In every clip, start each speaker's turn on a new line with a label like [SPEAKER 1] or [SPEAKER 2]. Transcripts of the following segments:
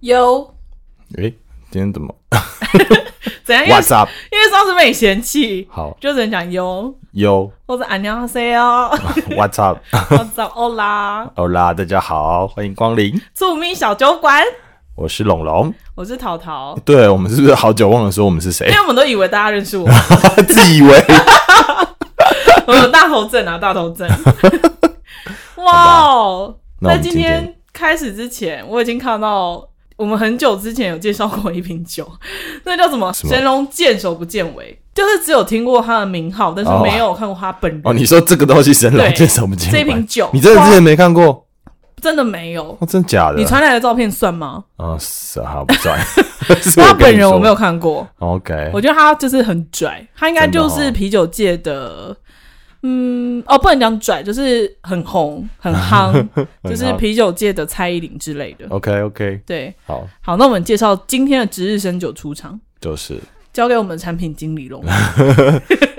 [SPEAKER 1] 哟，
[SPEAKER 2] 诶、今天怎么
[SPEAKER 1] 怎样？因为
[SPEAKER 2] ？What's up？
[SPEAKER 1] 因为上次被你嫌弃，
[SPEAKER 2] 好
[SPEAKER 1] 就只能讲哟，
[SPEAKER 2] 哟
[SPEAKER 1] 或者안녕하세요，
[SPEAKER 2] ，What's up？
[SPEAKER 1] 哦或者欧啦，
[SPEAKER 2] 好啦，大家好，欢迎光临，
[SPEAKER 1] 著名小酒馆，
[SPEAKER 2] 我是龙龙。
[SPEAKER 1] 我是淘淘，
[SPEAKER 2] 对我们是不是好久忘了说我们是谁
[SPEAKER 1] 因？为我们都以为大家认识我，
[SPEAKER 2] 自以为
[SPEAKER 1] 我有大头症啊，大头 症。哇哦！
[SPEAKER 2] 那
[SPEAKER 1] 在
[SPEAKER 2] 我们
[SPEAKER 1] 今
[SPEAKER 2] 今天
[SPEAKER 1] 天开始之前，我已经看到我们很久之前有介绍过一瓶酒， 那叫什么？
[SPEAKER 2] 什么
[SPEAKER 1] 神龙见首不见尾，就是只有听过他的名号，但是
[SPEAKER 2] 哦
[SPEAKER 1] 没有看过他本人。
[SPEAKER 2] 哦，你说这个东西神龙
[SPEAKER 1] 对
[SPEAKER 2] 见什么见
[SPEAKER 1] 这
[SPEAKER 2] 鬼
[SPEAKER 1] 瓶酒
[SPEAKER 2] 你真的之前没看过？
[SPEAKER 1] 真的没 有。
[SPEAKER 2] 哦，真的假的？
[SPEAKER 1] 你传来的照片算吗？
[SPEAKER 2] 啊，是啊，好不 算。是
[SPEAKER 1] 他
[SPEAKER 2] 我跟
[SPEAKER 1] 本
[SPEAKER 2] 你
[SPEAKER 1] 人我
[SPEAKER 2] 说
[SPEAKER 1] 没有。看过，
[SPEAKER 2] OK，
[SPEAKER 1] 我觉得他就是很拽，他应该就
[SPEAKER 2] 真的
[SPEAKER 1] 是
[SPEAKER 2] 哦
[SPEAKER 1] 啤酒界的，嗯，哦，不能讲拽，就是很红、很夯，就是
[SPEAKER 2] 很夯哦
[SPEAKER 1] 啤酒界的蔡依林之类的。
[SPEAKER 2] OK OK，
[SPEAKER 1] 对，
[SPEAKER 2] 好，
[SPEAKER 1] 好，那我们介绍今天的值日生酒出场，
[SPEAKER 2] 就是
[SPEAKER 1] 交给我们的产品经理 龙。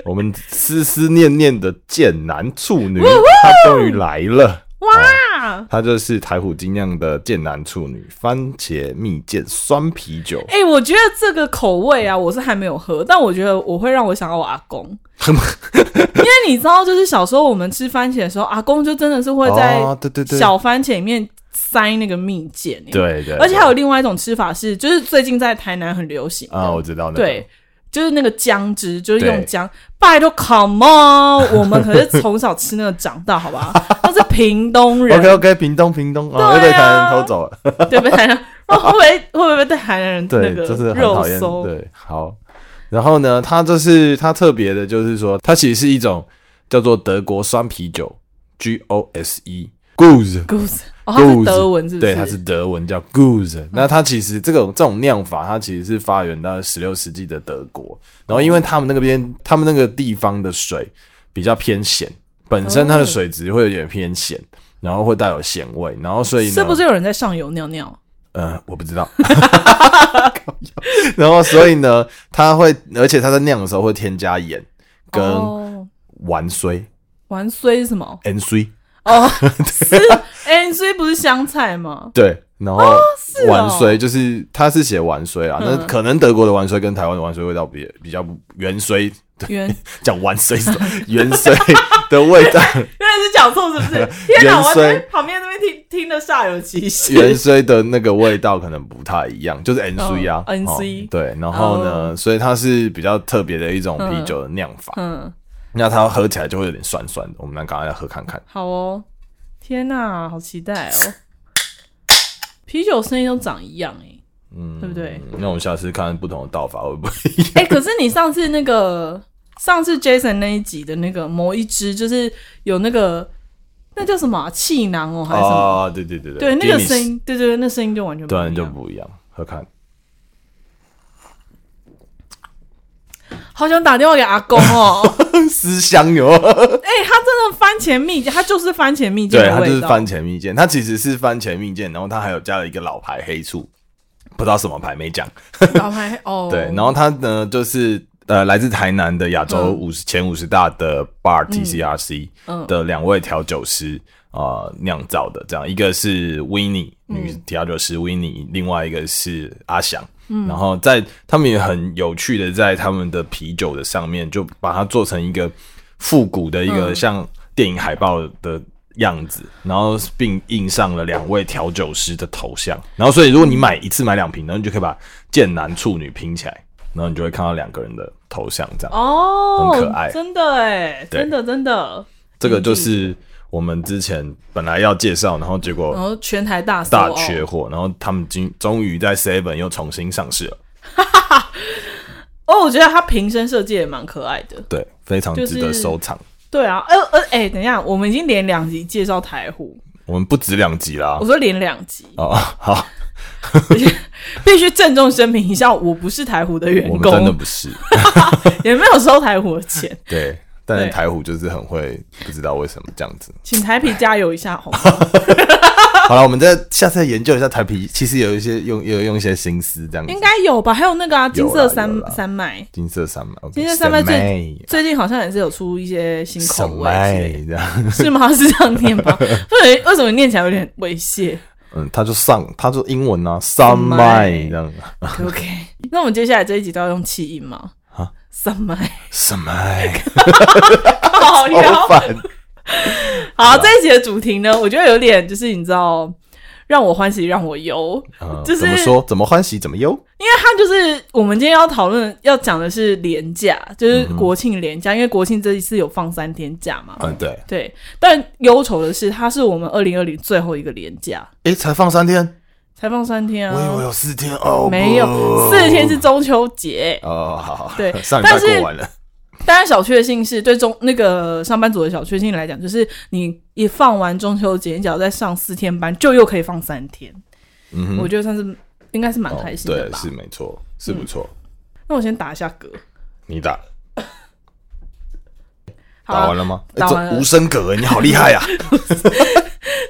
[SPEAKER 2] 我们思思念念的贱男处女，她终于来了。
[SPEAKER 1] 哇，
[SPEAKER 2] 它就是台虎精酿的剑南处女番茄蜜饯酸啤酒，
[SPEAKER 1] 哎、我觉得这个口味啊，我是还没有喝，但我觉得我会让我想到我阿公， 因为你知道，就是小时候我们吃番茄的时候，阿公就真的是会在
[SPEAKER 2] 哦、对对对，
[SPEAKER 1] 小番茄里面塞那个蜜饯，欸，
[SPEAKER 2] 对对，
[SPEAKER 1] 而且还
[SPEAKER 2] 有
[SPEAKER 1] 有另外一种吃法是，就是最近在台南很流行的
[SPEAKER 2] 啊，我知道那个
[SPEAKER 1] 对，，就是那个姜汁，就是
[SPEAKER 2] 对
[SPEAKER 1] 用姜。拜托，Come on，我们可是从小吃那个长大，好 吧？他是屏东人
[SPEAKER 2] OK OK，屏东屏东
[SPEAKER 1] 对啊
[SPEAKER 2] 哦，又被台南偷走了，
[SPEAKER 1] 对不对？台南哦会不会会不会对台南人那
[SPEAKER 2] 对，
[SPEAKER 1] 个
[SPEAKER 2] 这是很
[SPEAKER 1] 肉
[SPEAKER 2] 讨厌，
[SPEAKER 1] 搜？
[SPEAKER 2] 对，好。然后呢，它这是它特别的，就是说它其实是一种叫做德国酸啤酒 G O S E Goose。
[SPEAKER 1] Goose，哦，它是
[SPEAKER 2] Goose，
[SPEAKER 1] 德文，是不
[SPEAKER 2] 对，
[SPEAKER 1] 是？嗯
[SPEAKER 2] 它是德文叫 Goose、那它其实这种这种酿法，它其实是发源到十六世纪的德国。然后因为他们那边他们那个地方的水比较偏咸，本身它的水质会有点偏咸，然后会带有咸味，然后所以呢，
[SPEAKER 1] 是不是有人在上游尿尿？
[SPEAKER 2] 呃，我不知道。 靠腰然后所以呢，它会，而且它在酿的时候会添加盐跟
[SPEAKER 1] 哦，
[SPEAKER 2] 烷继
[SPEAKER 1] 玩衰是什么？
[SPEAKER 2] N C
[SPEAKER 1] 哦，是哎，所以不是香菜吗？
[SPEAKER 2] 对。然后
[SPEAKER 1] 哦嗯
[SPEAKER 2] 烷继、就是它是写烷继啊，那、可能德国的烷继跟台湾的烷继味道比比较不原继，
[SPEAKER 1] 原
[SPEAKER 2] 讲烷继是什么 原继的味道，
[SPEAKER 1] 原来是讲错，是不是？ 天哪，
[SPEAKER 2] 原
[SPEAKER 1] 我在
[SPEAKER 2] 虽
[SPEAKER 1] 旁边那边听听得煞有其事。
[SPEAKER 2] 原继的那个味道可能不太一样，就是 N C 啊、
[SPEAKER 1] 哦 NC
[SPEAKER 2] 哦对，然后呢所以它是比较特别的一种啤酒的酿法。
[SPEAKER 1] 嗯，
[SPEAKER 2] 那它喝起来就会有点酸酸的，我们来赶快来喝看看。
[SPEAKER 1] 好哦，天哪，好期 待哦！啤酒声音都长一样哎、
[SPEAKER 2] 嗯，
[SPEAKER 1] 对不 对？
[SPEAKER 2] 那我们下次看不同的倒法会不会？
[SPEAKER 1] 哎、可是你上次那个，上次 Jason 那一集的那个某一支，就是有那个那叫什么啊气囊哦，还是什么？
[SPEAKER 2] 哦，对对对
[SPEAKER 1] 对，那个声
[SPEAKER 2] Guinness，
[SPEAKER 1] 音，对对对，那声音就完全不一
[SPEAKER 2] 对
[SPEAKER 1] 样。
[SPEAKER 2] 就不一样，喝看。
[SPEAKER 1] 好想打电话给阿公哦！
[SPEAKER 2] 思乡哟，
[SPEAKER 1] 哎、他真的番茄蜜饯，他就是番茄蜜饯
[SPEAKER 2] 对，
[SPEAKER 1] 的
[SPEAKER 2] 它就是
[SPEAKER 1] 味道。
[SPEAKER 2] 番茄蜜饯，它其实是番茄蜜饯，然后它还有加了一个老牌黑醋，不知道什么牌没讲。
[SPEAKER 1] 老牌哦，
[SPEAKER 2] 对，然后它呢就是呃来自台南的亚洲
[SPEAKER 1] 嗯
[SPEAKER 2] 五十、前五十大的 Bar TCRC 的两位调酒师啊、呃酿造的，这样一个是 w i n n i e
[SPEAKER 1] 嗯
[SPEAKER 2] 女调酒师 w i n n i e 另外一个是阿翔。
[SPEAKER 1] 嗯
[SPEAKER 2] 然后在他们也很有趣的，在他们的啤酒的上面就把它做成一个复古的一个
[SPEAKER 1] 嗯
[SPEAKER 2] 像电影海报的样子，然后并印上了两位调酒师的头像。然后所以如果你买一次买两瓶，然后你就可以把剑男处女拼起来，然后你就会看到两个人的头像这样。
[SPEAKER 1] 哦，
[SPEAKER 2] 很可爱
[SPEAKER 1] 真的哎，
[SPEAKER 2] 对哦
[SPEAKER 1] 真的真的。
[SPEAKER 2] 这个就是我们之前本来要介绍，然后结
[SPEAKER 1] 然
[SPEAKER 2] 果
[SPEAKER 1] 后全台大搜
[SPEAKER 2] 大
[SPEAKER 1] 哦
[SPEAKER 2] 缺货，然后他们今终于在 Seven 又重新上市了。
[SPEAKER 1] 哦，我觉得他瓶身设计也蛮可爱的。
[SPEAKER 2] 对，非常
[SPEAKER 1] 就是
[SPEAKER 2] 值得收藏。
[SPEAKER 1] 对啊，呃呃，哎、等一下，我们已经连两集介绍台虎，
[SPEAKER 2] 我们不止两集啦
[SPEAKER 1] 我。说连两集，
[SPEAKER 2] 哦， 好，
[SPEAKER 1] 必须郑重声明一下，我不是台虎的员
[SPEAKER 2] 我们真的
[SPEAKER 1] 工，
[SPEAKER 2] 不是。
[SPEAKER 1] 也没有收台虎的 钱，
[SPEAKER 2] 对，但
[SPEAKER 1] 对
[SPEAKER 2] 是台虎就是很会，不知道为什么这样子。
[SPEAKER 1] 请台皮加油一下，好 吗？
[SPEAKER 2] 好了，我们再下次再研究一下台皮，其实有一些用有用一些心思这样子
[SPEAKER 1] 应。该有吧？还有那个啊，金色三
[SPEAKER 2] 有啦
[SPEAKER 1] 三麦，
[SPEAKER 2] 金色山脉，
[SPEAKER 1] 金色三麦最最近好像也是有出一些新口味之类
[SPEAKER 2] 这样，
[SPEAKER 1] 的，是吗？是这样念吗？为为什么念起来有点猥亵？
[SPEAKER 2] 嗯，他就上，他就英文啊，sun my 这样
[SPEAKER 1] OK，那我们接下来这一集都要用气音吗？
[SPEAKER 2] 啊
[SPEAKER 1] ，sun my，
[SPEAKER 2] ，sun my，
[SPEAKER 1] 好
[SPEAKER 2] 好
[SPEAKER 1] 聊。
[SPEAKER 2] 烦。
[SPEAKER 1] 好，这一集的主题呢，我觉得有点就是你知道，让我欢喜让我忧，
[SPEAKER 2] 嗯
[SPEAKER 1] 就是
[SPEAKER 2] 怎么说？怎么欢喜怎么忧？
[SPEAKER 1] 因为它就是我们今天要讨论要讲的是廉假，就是国庆廉假，因为国庆这一次有放三天假嘛。
[SPEAKER 2] 嗯，对。
[SPEAKER 1] 对，但忧愁的是，它是我们二零二零最后一个廉假，
[SPEAKER 2] 诶，才放三天，
[SPEAKER 1] 才放三天
[SPEAKER 2] 我以为
[SPEAKER 1] 啊，
[SPEAKER 2] 有四天哦，
[SPEAKER 1] 没有
[SPEAKER 2] 不
[SPEAKER 1] 四天是中秋节。
[SPEAKER 2] 哦，好好，好
[SPEAKER 1] 对
[SPEAKER 2] 上礼拜
[SPEAKER 1] 但是
[SPEAKER 2] 过完了，
[SPEAKER 1] 当然，小确幸是对中那个上班族的小确幸来讲，就是你一放完中秋节，你只要再上四天班，就又可以放三天，
[SPEAKER 2] 嗯哼，
[SPEAKER 1] 我觉得算是应该是蛮
[SPEAKER 2] 哦
[SPEAKER 1] 开心的
[SPEAKER 2] 对，
[SPEAKER 1] 吧。嗯
[SPEAKER 2] 是没错，是不错。
[SPEAKER 1] 那我先打一下嗝，
[SPEAKER 2] 你打
[SPEAKER 1] 好啊
[SPEAKER 2] 打完了吗？诶
[SPEAKER 1] 打完了
[SPEAKER 2] 这无声格，诶你好厉害 啊呀！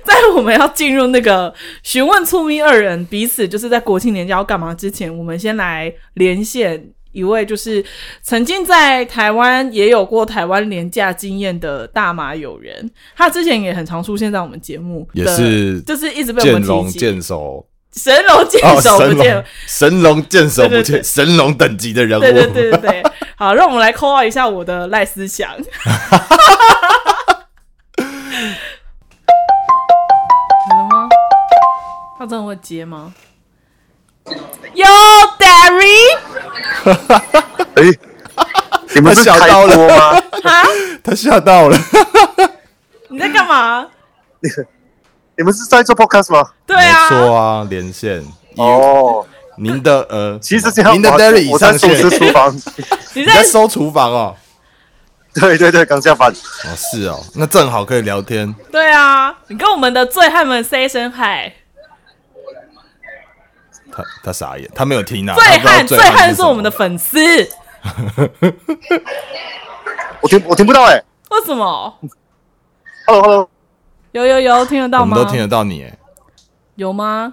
[SPEAKER 1] 在我们要进入那个询问促咪二人彼此就是在国庆年假要干嘛之前，我们先来连线一位就是曾经在台湾也有过台湾廉价经验的大马友人，他之前也很常出现在我们节目的，
[SPEAKER 2] 也是
[SPEAKER 1] 就是一直被我
[SPEAKER 2] 见
[SPEAKER 1] 们
[SPEAKER 2] 龙
[SPEAKER 1] 提及，
[SPEAKER 2] 见首，
[SPEAKER 1] 神龙见
[SPEAKER 2] 哦，
[SPEAKER 1] 首
[SPEAKER 2] 神
[SPEAKER 1] 不见。
[SPEAKER 2] 龙神龙见首不
[SPEAKER 1] 对对
[SPEAKER 2] 见，神龙等级的人物，
[SPEAKER 1] 对对对对对，好，让我们来扣二一下我的赖思祥。有了吗？他真的会接吗？Yo, Derry，
[SPEAKER 3] 哎、你们是
[SPEAKER 2] 他
[SPEAKER 3] 开
[SPEAKER 2] 吓到了
[SPEAKER 3] 播吗？
[SPEAKER 1] 哈，
[SPEAKER 2] 他吓到了，
[SPEAKER 1] 你在干嘛？
[SPEAKER 3] 你们是在做 podcast 吗？
[SPEAKER 1] 对
[SPEAKER 2] 没错
[SPEAKER 1] 啊，
[SPEAKER 2] 啊，连线，
[SPEAKER 3] 哦，
[SPEAKER 2] 您的呃，
[SPEAKER 3] 其实这样，
[SPEAKER 2] 您的
[SPEAKER 3] 我
[SPEAKER 2] Derry 已
[SPEAKER 3] 我在
[SPEAKER 2] 上
[SPEAKER 3] 收
[SPEAKER 2] 线，
[SPEAKER 3] 拾厨 房。
[SPEAKER 1] 你
[SPEAKER 2] 你
[SPEAKER 1] 在
[SPEAKER 2] 在收厨房 哦，
[SPEAKER 3] 对对对，刚下班。
[SPEAKER 2] 哦是哦，那正好可以聊天，
[SPEAKER 1] 对啊，你跟我们的醉汉们 say 声嗨。
[SPEAKER 2] 他他傻眼，他没有听啊，
[SPEAKER 1] 醉
[SPEAKER 2] 他不知道
[SPEAKER 1] 汉，醉
[SPEAKER 2] 醉汉
[SPEAKER 1] 汉
[SPEAKER 2] 是
[SPEAKER 1] 是
[SPEAKER 2] 什么
[SPEAKER 1] 我们的粉丝，
[SPEAKER 3] 我听我听不到哎、
[SPEAKER 1] 为什么？
[SPEAKER 3] Hello Hello，
[SPEAKER 1] 有有有，听得到
[SPEAKER 2] 我
[SPEAKER 1] 吗？
[SPEAKER 2] 们都听得到你，诶
[SPEAKER 1] 有吗？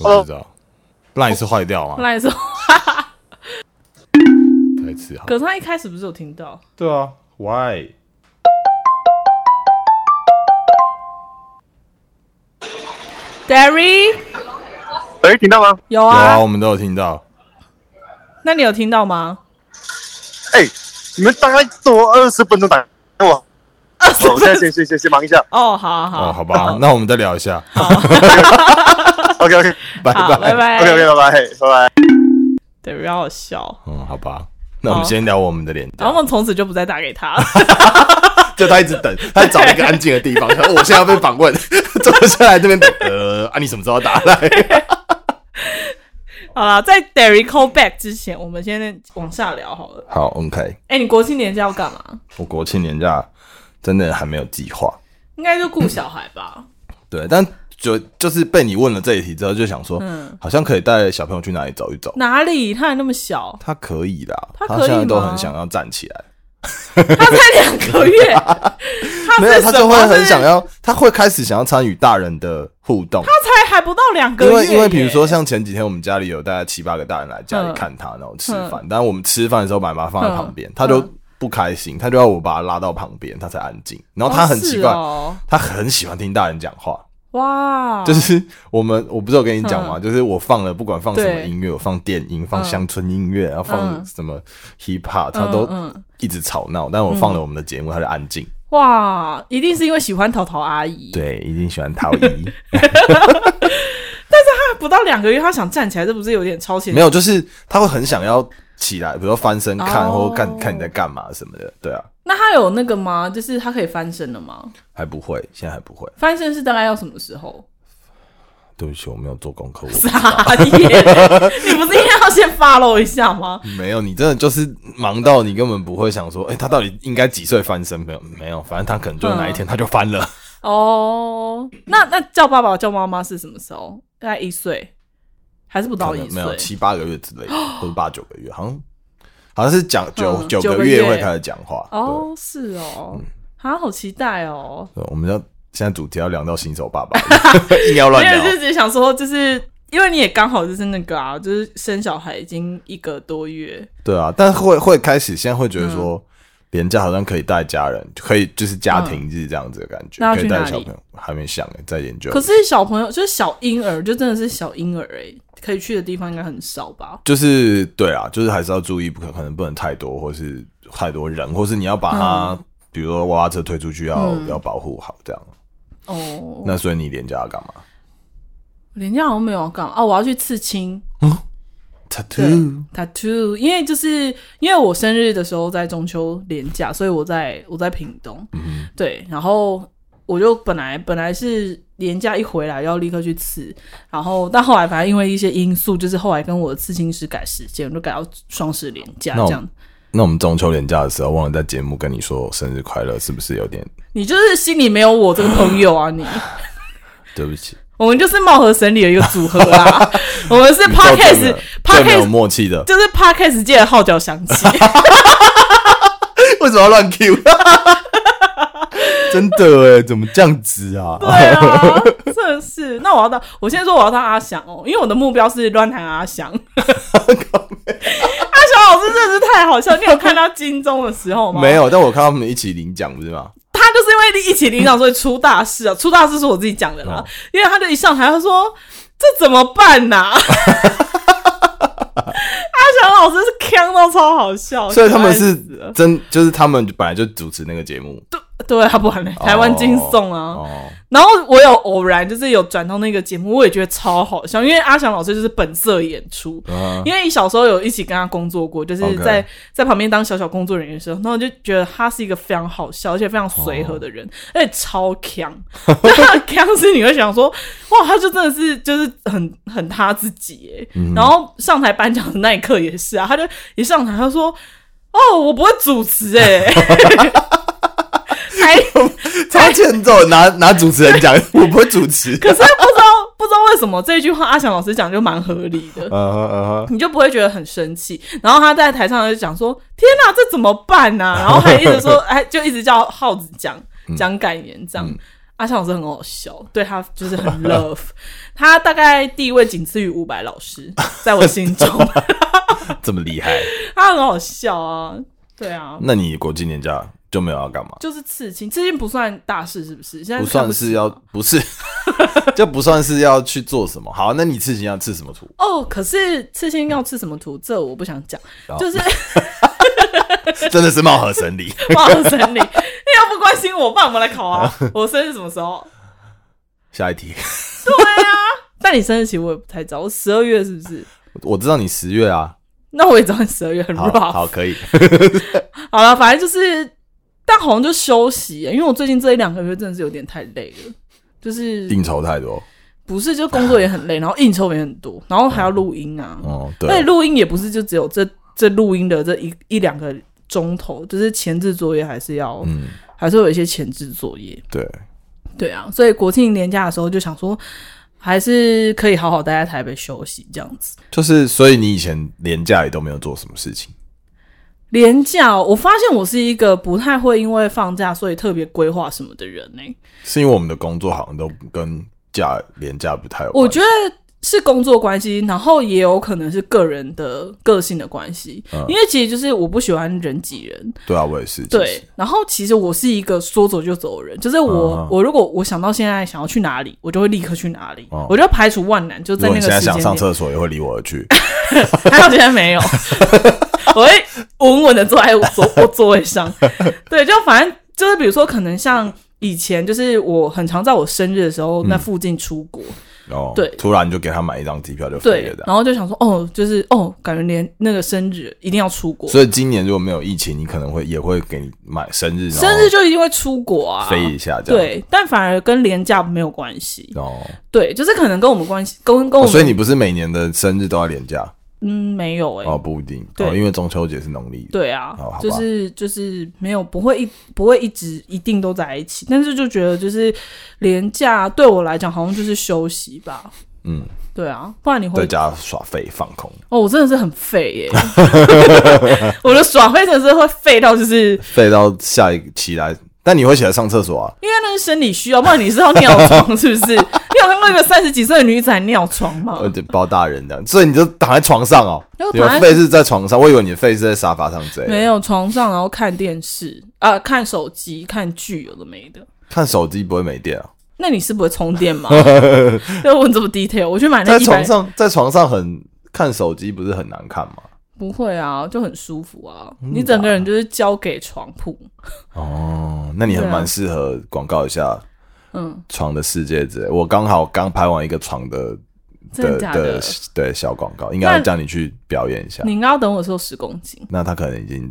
[SPEAKER 2] 我不
[SPEAKER 3] 哦
[SPEAKER 2] 知道，那你是坏掉吗？
[SPEAKER 1] 赖说，
[SPEAKER 2] 再次好，
[SPEAKER 1] 可是他一开始不是有听到？
[SPEAKER 2] 对啊，Why？
[SPEAKER 1] Derry
[SPEAKER 3] 哎、听到吗？
[SPEAKER 1] 有
[SPEAKER 2] 有
[SPEAKER 1] 啊，
[SPEAKER 2] 啊，我们都有听到，
[SPEAKER 1] 那你有听到吗？
[SPEAKER 3] 哎、你们大概多二十分钟打给 我。
[SPEAKER 1] 二十
[SPEAKER 3] 哦我现在
[SPEAKER 1] 分
[SPEAKER 3] 先先先先忙一 下。
[SPEAKER 1] 哦，好好
[SPEAKER 2] 哦，好吧，那我们再聊一下，
[SPEAKER 3] OK OK
[SPEAKER 2] 拜
[SPEAKER 1] 好，拜
[SPEAKER 2] 拜，
[SPEAKER 1] 拜
[SPEAKER 3] OK OK，拜拜拜拜。
[SPEAKER 1] 对，让我笑。
[SPEAKER 2] 嗯，好吧，那我们
[SPEAKER 1] 好
[SPEAKER 2] 先聊我们的脸，
[SPEAKER 1] 然后我们从此就不再打给他 了。
[SPEAKER 2] 就他一直 等，他找一个安静的地方，他说我现在要被访问， 坐下来这边等，呃， 啊，你什么时候打来？
[SPEAKER 1] 好了，在 Derry call back 之前，我们先往下聊好了。
[SPEAKER 2] 好，OK，
[SPEAKER 1] 哎、你国庆年假要干嘛？
[SPEAKER 2] 我国庆年假真的还没有计划，
[SPEAKER 1] 应该就顾小孩 吧。
[SPEAKER 2] 对，但就就是被你问了这一题之后，就想说，
[SPEAKER 1] 嗯
[SPEAKER 2] 好像可以带小朋友去哪里走一走。
[SPEAKER 1] 哪里？他还那么
[SPEAKER 2] ，
[SPEAKER 1] 小
[SPEAKER 2] 他可以啦，
[SPEAKER 1] 他
[SPEAKER 2] 他
[SPEAKER 1] 可以
[SPEAKER 2] 现在都
[SPEAKER 1] 吗
[SPEAKER 2] 很想要站起来，
[SPEAKER 1] 他才两个月，他
[SPEAKER 2] 没有，
[SPEAKER 1] 是
[SPEAKER 2] 他
[SPEAKER 1] 什
[SPEAKER 2] 就
[SPEAKER 1] 么
[SPEAKER 2] 会很想
[SPEAKER 1] 是
[SPEAKER 2] 要，他会开始想要参与大人的互动。
[SPEAKER 1] 他才还不到两个
[SPEAKER 2] 因
[SPEAKER 1] 月
[SPEAKER 2] 为
[SPEAKER 1] 耶。
[SPEAKER 2] 因为比如说像前几天我们家里有大概七八个大人来家里看他，然后吃
[SPEAKER 1] 嗯
[SPEAKER 2] 饭，但我们吃饭的时候把他放在旁边，他就不开心，他就要我把他拉到旁边，他才安静。然后他很奇怪
[SPEAKER 1] 哦是，哦
[SPEAKER 2] 他很喜欢听大人讲话，
[SPEAKER 1] 哇，嗯
[SPEAKER 2] 就是我们我不是有跟你讲嘛，就是我放了不管放什么
[SPEAKER 1] 对
[SPEAKER 2] 音乐，我放电音，放乡村音乐，然后放
[SPEAKER 1] 嗯
[SPEAKER 2] 什么 hip hop，他都
[SPEAKER 1] 嗯嗯
[SPEAKER 2] 一直吵闹，但我放了我们的节目，他就安静。
[SPEAKER 1] 哇，一定是因为喜欢淘淘阿姨。
[SPEAKER 2] 对，一定喜欢陶怡。
[SPEAKER 1] 他不到两个月，他想站起来，这不是有点超前
[SPEAKER 2] 没有，就是他会很想要起来，比如说翻身看，
[SPEAKER 1] 哦
[SPEAKER 2] 或看看你在干嘛什么的。对啊，
[SPEAKER 1] 那他有那个吗？就是他可以翻身了吗？
[SPEAKER 2] 还不会，现在还不会。
[SPEAKER 1] 翻身是大概要什么时 候？
[SPEAKER 2] 对不起，我没有做功课，我
[SPEAKER 1] 傻眼！你不是应该要先 follow 一下吗？
[SPEAKER 2] 没有。你真的就是忙到你根本不会想说，哎、他到底应该几岁翻身？没有，没有，反正他可能就哪一天他就翻
[SPEAKER 1] 嗯
[SPEAKER 2] 了。
[SPEAKER 1] 哦、那那叫爸爸叫妈妈是什么时候？大概一岁，还是不到
[SPEAKER 2] 可能
[SPEAKER 1] 一
[SPEAKER 2] 没
[SPEAKER 1] 岁？
[SPEAKER 2] 有七八个月之类的，或者八九个月，好像好像是讲九
[SPEAKER 1] 嗯
[SPEAKER 2] 九
[SPEAKER 1] 九
[SPEAKER 2] 个
[SPEAKER 1] 个
[SPEAKER 2] 月
[SPEAKER 1] 月
[SPEAKER 2] 会开始讲话。
[SPEAKER 1] 哦是哦，
[SPEAKER 2] 嗯
[SPEAKER 1] 啊，好期待哦！
[SPEAKER 2] 对，对我们要现在主题要聊到新手 爸爸，硬要乱
[SPEAKER 1] 因为
[SPEAKER 2] 聊
[SPEAKER 1] 就。只是想说，就是因为你也刚好就是那个啊，就是生小孩已经一个多月，嗯
[SPEAKER 2] 对啊，但会会开始现在会觉得说，廉价好像可以带家人，可以就是家庭日这样子的感觉，
[SPEAKER 1] 嗯那要
[SPEAKER 2] 可
[SPEAKER 1] 去
[SPEAKER 2] 以带
[SPEAKER 1] 哪
[SPEAKER 2] 小
[SPEAKER 1] 里
[SPEAKER 2] 朋友。还没想哎，在研究。
[SPEAKER 1] 可是小朋友就是小婴儿，就真的是小婴儿哎、可以去的地方应该很少吧？
[SPEAKER 2] 就是对啊，就是还是要注意，不可可能不能太多，或是太多人，或是你要把它，比如说娃娃车推出去要、
[SPEAKER 1] 嗯
[SPEAKER 2] 要保护好这样。
[SPEAKER 1] 哦，
[SPEAKER 2] 那所以你廉价要干嘛
[SPEAKER 1] 廉价好像没有要干嘛哦，我要去刺青。对
[SPEAKER 2] ？tattoo
[SPEAKER 1] ，tattoo，因为就是因为我生日的时候在中秋连假，所以我在我在屏东，
[SPEAKER 2] 嗯
[SPEAKER 1] 对，然后我就本来本来是连假一回来要立刻去刺，然后但后来反正因为一些因素，就是后来跟我的刺青师改时间，我就改到双十连假
[SPEAKER 2] 那我
[SPEAKER 1] 这样。
[SPEAKER 2] 那我们中秋廉假的时候忘了在节目跟你说生日快乐，是不是有点
[SPEAKER 1] 你就是心里没有我这个朋友啊，你。
[SPEAKER 2] 对不起？
[SPEAKER 1] 我们就是貌合神离的一个组合 啊，我们是
[SPEAKER 2] 宇宙最没有
[SPEAKER 1] podcast
[SPEAKER 2] 最没有
[SPEAKER 1] podcast
[SPEAKER 2] 默契的，
[SPEAKER 1] 就是 podcast 界的号角响 起，
[SPEAKER 2] 为什么要乱 Q？真的哎，怎么这样子啊？
[SPEAKER 1] 对啊，真的是。那我要当，我先说我要当阿翔哦，因为我的目标是乱弹阿 翔。阿翔老师真的是太好笑，你有看他金钟的时候吗？
[SPEAKER 2] 没，有，但我看他们一起领奖，不是吗？
[SPEAKER 1] 他就是因为一起领导，所以出大事啊！出大事是我自己讲的啦，
[SPEAKER 2] 哦
[SPEAKER 1] 因为他就一上台，他说：“这怎么办呐、 阿翔老师是呛到超好笑，
[SPEAKER 2] 所以他们
[SPEAKER 1] 可爱
[SPEAKER 2] 是
[SPEAKER 1] 死了
[SPEAKER 2] 真，就是他们本来就主持那个节目，
[SPEAKER 1] 对啊，不然嘞，台湾金颂啊。
[SPEAKER 2] 哦，
[SPEAKER 1] 然后我有偶然就是有转到那个节目，我也觉得超好笑，因为阿翔老师就是本色演出。
[SPEAKER 2] 嗯
[SPEAKER 1] 因为小时候有一起跟他工作过，就是
[SPEAKER 2] OK
[SPEAKER 1] 在在旁边当小小工作人员的时候，然后我就觉得他是一个非常好笑而且非常随和的人，
[SPEAKER 2] 哦
[SPEAKER 1] 而且超 强。就他的强是你会想说，哇，他就真的是就是很很他自己耶。
[SPEAKER 2] 嗯
[SPEAKER 1] 然后上台颁奖的那一刻也是啊，他就一上台他就说：“哦，我不会主持哎。” 还
[SPEAKER 2] 超欠揍，拿拿主持人讲，我不会主持。
[SPEAKER 1] 可是不知道不知道为什么这句话阿翔老师讲就蛮合理的，
[SPEAKER 2] 嗯哼嗯哼，
[SPEAKER 1] 你就不会觉得很生气。然后他在台上就讲说：“天哪、这怎么办 呢、然后还一直说，哎，就一直叫耗子讲
[SPEAKER 2] 嗯
[SPEAKER 1] 讲感言这样。啊阿翔老师很好笑，对他就是很 love，他 大概地位仅次于伍佰老师，在我心 中，
[SPEAKER 2] 这么厉害，
[SPEAKER 1] 他很好笑啊，对啊，
[SPEAKER 2] 那你国际年假就没有要干嘛？
[SPEAKER 1] 就是刺青，刺青不算大事是不是？现在
[SPEAKER 2] 不
[SPEAKER 1] 看
[SPEAKER 2] 算是
[SPEAKER 1] 起
[SPEAKER 2] 要，不是， 就不算是要去做什么。好，那你刺青要刺什 么图？
[SPEAKER 1] 哦，可是刺青要刺什么图，这我不想讲，就是。
[SPEAKER 2] 哦 真的是貌合神离。
[SPEAKER 1] 貌合神离。你要不关心我，不然我们来考 啊！我生日什么时候？
[SPEAKER 2] 下一题，
[SPEAKER 1] 但你生日其实我也不太知道，我十二月是不是？
[SPEAKER 2] 我知道你十月啊，
[SPEAKER 1] 那我也知道你十二月很
[SPEAKER 2] 好
[SPEAKER 1] rough。
[SPEAKER 2] 好可以，
[SPEAKER 1] 好了，反正就是，但好像就休息，因为我最近这一两个月真的是有点太累了，就是
[SPEAKER 2] 应酬太多
[SPEAKER 1] 不是就工作也很累，然后应酬也很多，然后还要录音啊。
[SPEAKER 2] 哦。
[SPEAKER 1] 那
[SPEAKER 2] 对，
[SPEAKER 1] 录音也不是就只有这这录音的这一一两个钟头，就是前置作业还是要，
[SPEAKER 2] 嗯，
[SPEAKER 1] 还是会有一些前置作业。
[SPEAKER 2] 对，
[SPEAKER 1] 对啊，所以国庆年假的时候就想说，还是可以好好待在台北休息这样子。
[SPEAKER 2] 就是所以你以前年假也都没有做什么事情。
[SPEAKER 1] 年假哦，我发现我是一个不太会因为放假所以特别规划什么的人欸呢、
[SPEAKER 2] 是因为我们的工作好像都跟假廉价不太有关。
[SPEAKER 1] 我觉得是工作关系，然后也有可能是个人的个性的关系，因为其实就是我不喜欢人挤人，
[SPEAKER 2] 对啊，我也嗯是。其
[SPEAKER 1] 对
[SPEAKER 2] 实，。
[SPEAKER 1] 然后其实我是一个说走就走的人，就是我、
[SPEAKER 2] 嗯嗯
[SPEAKER 1] 我如果我想到现在想要去哪里，我就会立刻去哪里，
[SPEAKER 2] 哦
[SPEAKER 1] 我就排除万难，就
[SPEAKER 2] 如
[SPEAKER 1] 在
[SPEAKER 2] 果
[SPEAKER 1] 那
[SPEAKER 2] 你
[SPEAKER 1] 个
[SPEAKER 2] 现在
[SPEAKER 1] 时间点。
[SPEAKER 2] 想上厕所，也会离我 而去。
[SPEAKER 1] 还好今天 没有，我会稳稳的坐在我座我座位上。对，就反正就是比如说，可能像以前，就是我很常在我生日的时候那
[SPEAKER 2] 嗯
[SPEAKER 1] 附近出国，
[SPEAKER 2] 然后
[SPEAKER 1] 对
[SPEAKER 2] 突然就给他买一张机票就飞
[SPEAKER 1] 对
[SPEAKER 2] 了，的。
[SPEAKER 1] 然后就想说，哦，就是哦，感觉连那个生日一定要出国，啊
[SPEAKER 2] 所以今年如果没有疫情，你可能会也会给你买生日，
[SPEAKER 1] 生日就一定会出国啊
[SPEAKER 2] 然后。飞一下啊这样。
[SPEAKER 1] 对，但反而跟廉价没有关系。
[SPEAKER 2] 哦，
[SPEAKER 1] 对，就是可能跟我们关系，跟跟我
[SPEAKER 2] 哦
[SPEAKER 1] 们，
[SPEAKER 2] 所以你不是每年的生日都要连假
[SPEAKER 1] 嗯没有哎、
[SPEAKER 2] 哦？不一定，
[SPEAKER 1] 对
[SPEAKER 2] 哦，因为中秋节是农历的。
[SPEAKER 1] 对啊
[SPEAKER 2] 哦好好吧，
[SPEAKER 1] 就是就是没有不会一不会一直一定都在一起，但是就觉得就是廉价对我来讲好像就是休息吧。
[SPEAKER 2] 嗯，
[SPEAKER 1] 对啊，不然你
[SPEAKER 2] 在
[SPEAKER 1] 会
[SPEAKER 2] 家耍废放空，
[SPEAKER 1] 哦，我真的是很废耶、 我的耍废真的是会废到就是
[SPEAKER 2] 废到下一期来。但你会起来上厕所啊？
[SPEAKER 1] 因为那是生理需要，不然你是要尿床是不是？ 你有看过一个三十几岁的女子尿床吗？
[SPEAKER 2] 呃，对包大人这样，所以你就躺在床上哦
[SPEAKER 1] 哦就。
[SPEAKER 2] 你
[SPEAKER 1] 躺在
[SPEAKER 2] 的肺是在床上，我以为你的肺是在沙发上之类的
[SPEAKER 1] 没有床上，然后看电视啊、看手机、看剧，有的没的。
[SPEAKER 2] 看手机不会没电啊，
[SPEAKER 1] 那你是不会充电 吗？要问这么 detail，我去买那
[SPEAKER 2] 在
[SPEAKER 1] 一百
[SPEAKER 2] 床，上在床上很看手机不是很难看吗？
[SPEAKER 1] 不会啊，就很舒服啊。
[SPEAKER 2] 嗯
[SPEAKER 1] 你整个人就是交给床铺，
[SPEAKER 2] 哦，那你很
[SPEAKER 1] 对啊
[SPEAKER 2] 蛮适合广告一下
[SPEAKER 1] 嗯，
[SPEAKER 2] 床的世界之类。我刚好刚拍完一个床的
[SPEAKER 1] 真的假的？
[SPEAKER 2] 的啊对小广告，应该
[SPEAKER 1] 那
[SPEAKER 2] 要叫你去表演一下
[SPEAKER 1] 你。应该要等我瘦十公斤，
[SPEAKER 2] 那他可能已经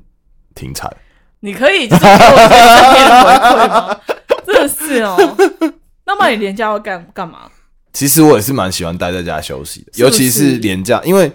[SPEAKER 2] 停产，
[SPEAKER 1] 你可以就是给我一个正面的回馈吗？ 真的是哦。那么你连假要干干嘛？
[SPEAKER 2] 其实我也是蛮喜欢待在家休息的，
[SPEAKER 1] 是不
[SPEAKER 2] 尤
[SPEAKER 1] 是
[SPEAKER 2] 其是年假，因为